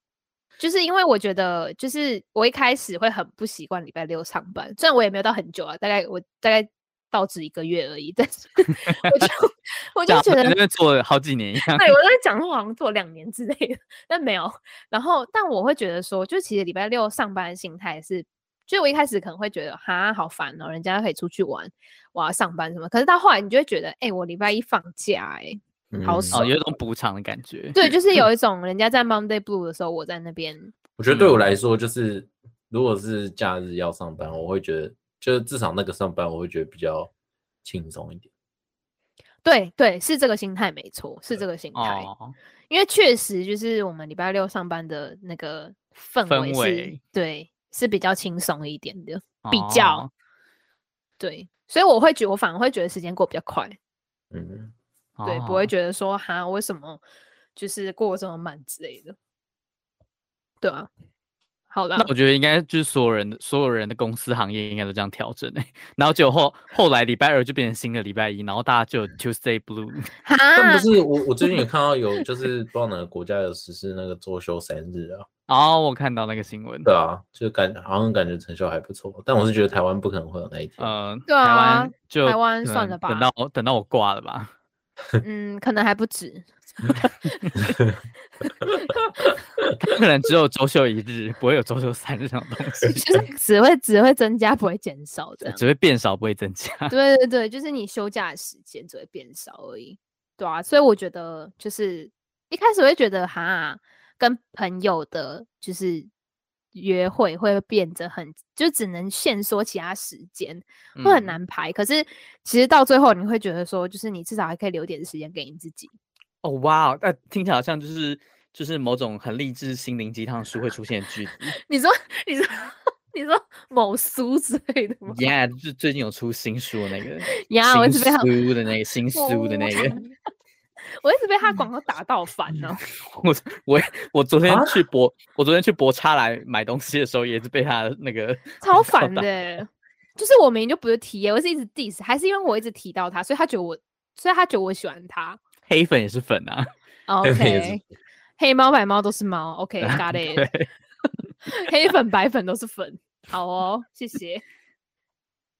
[SPEAKER 2] 就是因为我觉得，就是我一开始会很不习惯礼拜六上班，虽然我也没有到很久啊，大概我大概到职一个月而已，但是我就我就
[SPEAKER 1] 讲
[SPEAKER 2] 觉
[SPEAKER 1] 得啊
[SPEAKER 2] 得
[SPEAKER 1] 跟，那边做了好几年一样。
[SPEAKER 2] 对我在讲说好像做两年之类的，但没有。然后，但我会觉得说，就其实礼拜六上班的心态是，就我一开始可能会觉得哈好烦哦，人家可以出去玩，我要上班什么。可是到后来，你就会觉得，哎、我礼拜一放假、哎。好
[SPEAKER 3] 嗯
[SPEAKER 2] 爽
[SPEAKER 1] 哦，有一种补偿的感觉。
[SPEAKER 2] 对，就是有一种人家在 Monday Blue 的时候，我在那边。
[SPEAKER 3] 我觉得对
[SPEAKER 1] 嗯
[SPEAKER 3] 我来说，就是如果是假日要上班，我会觉得，就是至少那个上班，我会觉得比较轻松一点。
[SPEAKER 2] 对对，是这个心态没错，是这个心态。
[SPEAKER 1] 哦，
[SPEAKER 2] 因为确实就是我们礼拜六上班的那个氛
[SPEAKER 1] 氛
[SPEAKER 2] 围是，
[SPEAKER 1] 围
[SPEAKER 2] 对，是比较轻松一点的，比
[SPEAKER 1] 哦
[SPEAKER 2] 较对。所以我会觉我反而会觉得时间过比较快，啊
[SPEAKER 3] 嗯，
[SPEAKER 2] 对，不
[SPEAKER 1] 哦
[SPEAKER 2] 会觉得说哈为什么就是过得这么慢之类的，对啊。好啦
[SPEAKER 1] 那，我觉得应该就是所有人的所有人的公司行业应该都这样调整、欸， 然后结果后后来礼拜二就变成新的礼拜一，然后大家就有 Tuesday Blue，
[SPEAKER 2] 哈
[SPEAKER 3] 但不，是我，我最近 也看到有，就是不知道哪个国家有实施那个周休三日啊。
[SPEAKER 1] 哦，我看到那个新闻，
[SPEAKER 3] 对啊，就感好像感觉成效还不错，但我是觉得台湾不可能会有那一天。
[SPEAKER 1] 呃，
[SPEAKER 2] 对
[SPEAKER 1] 台
[SPEAKER 2] 啊
[SPEAKER 1] 湾就
[SPEAKER 2] 台湾
[SPEAKER 1] 可
[SPEAKER 2] 算
[SPEAKER 1] 能
[SPEAKER 2] 了
[SPEAKER 1] 等
[SPEAKER 2] 吧
[SPEAKER 1] 到等到我挂了吧，
[SPEAKER 2] 嗯，可能还 不止，
[SPEAKER 1] 他可能只有周休一日，不会有周休三日这种东 西，
[SPEAKER 2] 就是只会只会增加，不会减少这样。
[SPEAKER 1] 只会变少不会增加。
[SPEAKER 2] 对对对，就是你休假的时间只会变少而已，对啊，所以我觉得就是一开始会觉得哈，跟朋友的就是约会会变得很，就只能限缩其他时间，会很
[SPEAKER 1] 嗯
[SPEAKER 2] 难排。可是其实到最后你会觉得说，就是你至少还可以留点时间给你自己。
[SPEAKER 1] 哦，哇哦，那听起来好像就是就是某种很励志心灵鸡汤书会出现 的剧集。
[SPEAKER 2] 你说，你说， 你说某书之类的吗？
[SPEAKER 1] Yeah，就是最近有出新书的那 个
[SPEAKER 2] 呀我一直被他
[SPEAKER 1] 新书的那个新书的那个，
[SPEAKER 2] 我一直被他广告打到烦哦。
[SPEAKER 1] 我我我昨天
[SPEAKER 3] 啊
[SPEAKER 1] 去博我昨天去博差来买东西的时候，也是被他的那个
[SPEAKER 2] 超
[SPEAKER 1] 广告
[SPEAKER 2] 烦的
[SPEAKER 1] 打
[SPEAKER 2] 欸、就是我明明就不是提耶，我是一直 diss，还是因为我一直提到他，所以他觉得我，所以他觉得我喜欢他。
[SPEAKER 1] 黑粉也是粉啊，
[SPEAKER 3] 黑粉也是
[SPEAKER 2] OK，黑猫白猫都是猫。OK，got、it。
[SPEAKER 1] 对，
[SPEAKER 2] 黑粉白粉都是粉。好哦，谢谢。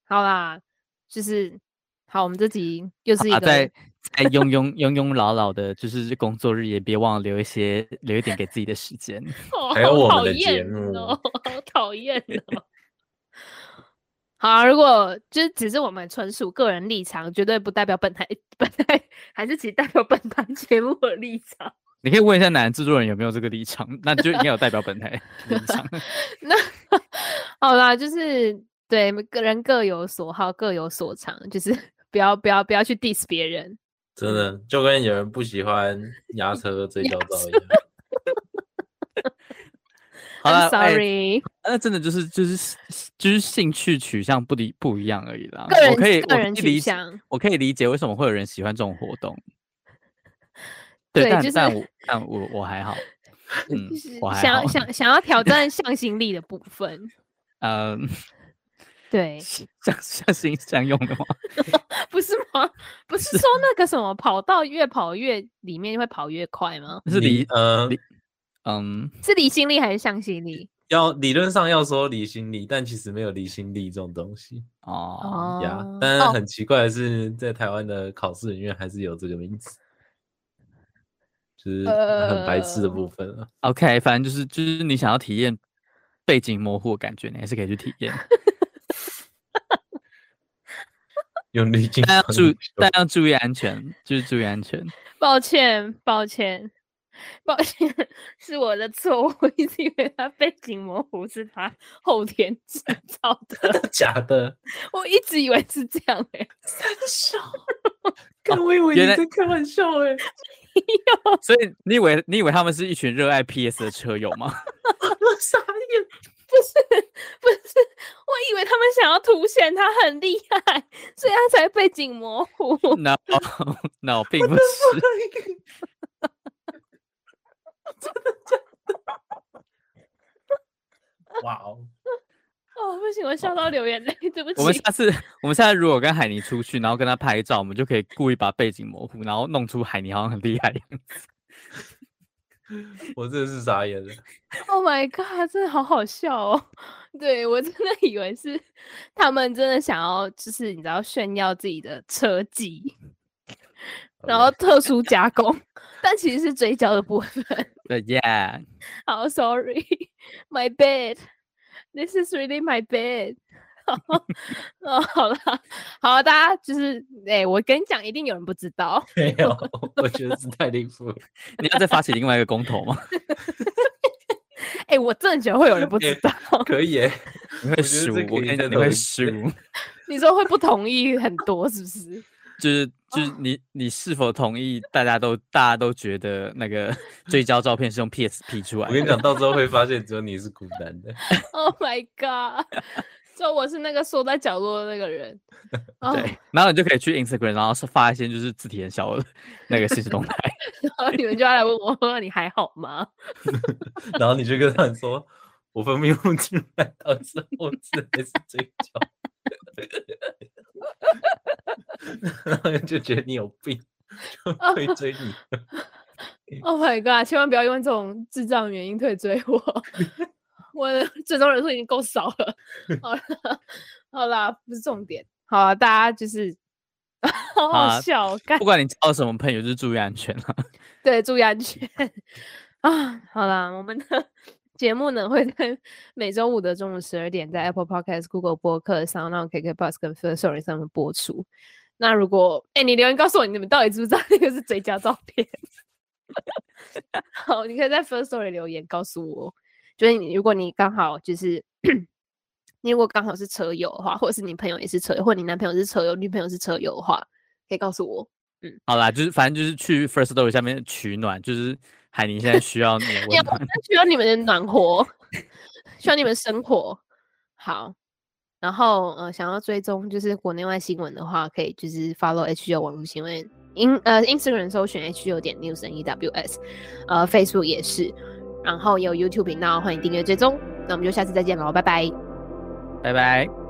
[SPEAKER 2] 好啦，就是好，我们这集又是一
[SPEAKER 1] 啊，
[SPEAKER 2] 个
[SPEAKER 1] 在在庸庸庸庸老老的，就是工作日也别忘了留一些留一点给自己的时间。
[SPEAKER 2] 哦
[SPEAKER 3] 还有
[SPEAKER 2] 好
[SPEAKER 3] 我们
[SPEAKER 2] 讨
[SPEAKER 3] 的节
[SPEAKER 2] 厌
[SPEAKER 3] 目
[SPEAKER 2] 哦， 好讨厌 哦。好、啊，如果就是只是我们纯属个人立场，绝对不代表本台 本台，还是只代表本台节目的立场。
[SPEAKER 1] 你可以问一下男制作人有没有这个立场，那就应该有代表本 台立场。
[SPEAKER 2] 那好啦，就是对个人各有所好，各有所长，就是不要不要不要去 diss 别人。
[SPEAKER 3] 真的就跟有人不喜欢压车最
[SPEAKER 2] 压
[SPEAKER 3] 焦躁一样。
[SPEAKER 1] 好了
[SPEAKER 2] I'm
[SPEAKER 1] 哎
[SPEAKER 2] sorry，、
[SPEAKER 1] 那真的就是就是就是兴趣取向不离不一样而已啦。
[SPEAKER 2] 个人
[SPEAKER 1] 我可以
[SPEAKER 2] 个人
[SPEAKER 1] 我可以
[SPEAKER 2] 取
[SPEAKER 1] 理解，
[SPEAKER 2] 向。
[SPEAKER 1] 我可以理解为什么会有人喜欢这种活 动。
[SPEAKER 2] 对
[SPEAKER 1] 但、
[SPEAKER 2] 就是
[SPEAKER 1] 但我但我我 还好，嗯
[SPEAKER 2] 就是，
[SPEAKER 1] 我还
[SPEAKER 2] 想
[SPEAKER 1] 好
[SPEAKER 2] 要，想想要挑战向心力的部分，
[SPEAKER 1] 呃，
[SPEAKER 2] 对，
[SPEAKER 1] 像像心相用的吗？
[SPEAKER 2] 不是吗？ 不是说那个什么跑道越跑越里面会跑越快吗？
[SPEAKER 1] 是离
[SPEAKER 3] 呃
[SPEAKER 1] 离嗯，
[SPEAKER 2] 是离心力还是向心力？
[SPEAKER 3] 要理论上要说离心力，但其实没有离心力这种东西
[SPEAKER 1] 哦，
[SPEAKER 2] 哦
[SPEAKER 3] 呀。但是
[SPEAKER 2] 哦，
[SPEAKER 3] 很奇怪的是，在台湾的考试里面还是有这个名词，就是很白痴的
[SPEAKER 2] 呃
[SPEAKER 3] 部分啊。
[SPEAKER 1] OK，反正就是就是你想要体验背景模糊的感觉，你还是可以去体验，
[SPEAKER 3] 用滤镜
[SPEAKER 1] 但要
[SPEAKER 3] 帮
[SPEAKER 1] 注
[SPEAKER 3] 你
[SPEAKER 1] 但要注意安全，就是注意安全。
[SPEAKER 2] 抱歉，抱歉，抱歉， 是我的错， 我一直以为他背景模糊是他后天制造的，
[SPEAKER 3] 修假 的，
[SPEAKER 2] 我一直以为是这样哎、
[SPEAKER 3] 三笑。看，我以为
[SPEAKER 1] 原
[SPEAKER 3] 你
[SPEAKER 1] 来
[SPEAKER 3] 在开玩笑 哎、
[SPEAKER 1] 所以你以为你以为他们是一群热爱 PS 的车友吗？
[SPEAKER 3] 我傻眼。
[SPEAKER 2] 不是，我以为他们想要凸显他很厉害，所以他才背景模糊。
[SPEAKER 1] no no，并不 是。
[SPEAKER 3] 哇哦，
[SPEAKER 2] 哦，不行，我笑到流眼泪，对不起。
[SPEAKER 1] 我们下次我们现在如果跟海尼出去，然后跟他拍照，我们就可以故意把背景模糊，然后弄出海尼好像很厉害一样。
[SPEAKER 3] 我真的是傻眼了。
[SPEAKER 2] Oh my god，真的好好笑哦！ 对我真的以为是他们真的想要，就是你知道炫耀自己的车技，然后特殊加工，但其实是追焦的部分。
[SPEAKER 1] 对，Yeah，
[SPEAKER 2] 好，sorry，my bad，this is really my bad 好。哦，好了，好啦，大家就是，哎、我跟你讲，一定有人不知道，
[SPEAKER 3] 没有，我觉得是太离谱了。
[SPEAKER 1] 你要再发起另外一个公投吗？
[SPEAKER 2] 哎、我真的觉得会有人不知
[SPEAKER 3] 哎
[SPEAKER 2] 道。
[SPEAKER 3] 可以哎、
[SPEAKER 1] 你
[SPEAKER 3] 我觉得
[SPEAKER 1] 会失误，
[SPEAKER 3] 这可
[SPEAKER 1] 我
[SPEAKER 3] 以
[SPEAKER 1] 跟你
[SPEAKER 3] 再
[SPEAKER 1] 讲，你
[SPEAKER 3] 讨
[SPEAKER 1] 会
[SPEAKER 3] 论
[SPEAKER 1] 失误。
[SPEAKER 2] 你说会不同意很多，是不是？
[SPEAKER 1] 就是就是你你是否同意？大家都大家都觉得那个 追焦照片是用 PSP 出来
[SPEAKER 3] 我跟你
[SPEAKER 1] 的。
[SPEAKER 3] 讲，到时候会发现只有你是孤单的。
[SPEAKER 2] Oh my god！就 我是那个缩在角落的那个人。哦、
[SPEAKER 1] 对，然后你就可以去 Instagram，然后是发一些就是字体很小的那个现实动态。
[SPEAKER 2] 然后你们就要来问我说你还好吗？
[SPEAKER 3] 然后你就跟他们说，我分泌物进来到之后，这还是嘴角， 然后就觉得你有病，就会追你。
[SPEAKER 2] Oh my god！千万不要用这种智障的原因退追我，我的 最终人数已经够少了。好了，好啦，不是重点。好啊，大家就是 好好
[SPEAKER 1] 啊
[SPEAKER 2] 笑哦，干
[SPEAKER 1] 不管你交什么朋友，就是注意安全了。
[SPEAKER 2] 对，注意安全 啊！好啦，我们的 节目呢会在 每周五的中午十二点，在 Apple Podcast、Google 播客、SoundOn、KKBox 跟 f i r s t o r y 上面播出。那如果哎、你留言告诉我你们到底知不知道那个是追加照片？ 好，你可以在 First Story 留言告诉我，就是你如果你刚好就是 你如果刚好是车友的话，或者是你朋友也是车友，或者你男朋友是车友、女朋友是车友的话，可以告诉我。
[SPEAKER 1] 好啦，就是反正就是去 First Story 下面取暖，就是海宁现在需要你的
[SPEAKER 2] 要
[SPEAKER 1] 温暖。
[SPEAKER 2] 需要你们的暖和， 需要你们生活。好，然后呃，想要追踪就是国内外新闻的话，可以就是 follow H 九网络新闻。in 呃 Instagram 搜寻 H 九点 news n e w s，呃 Facebook 也是，然后有 YouTube 频道，欢迎订阅追踪。那我们就下次再见喽，拜拜。
[SPEAKER 1] 拜拜。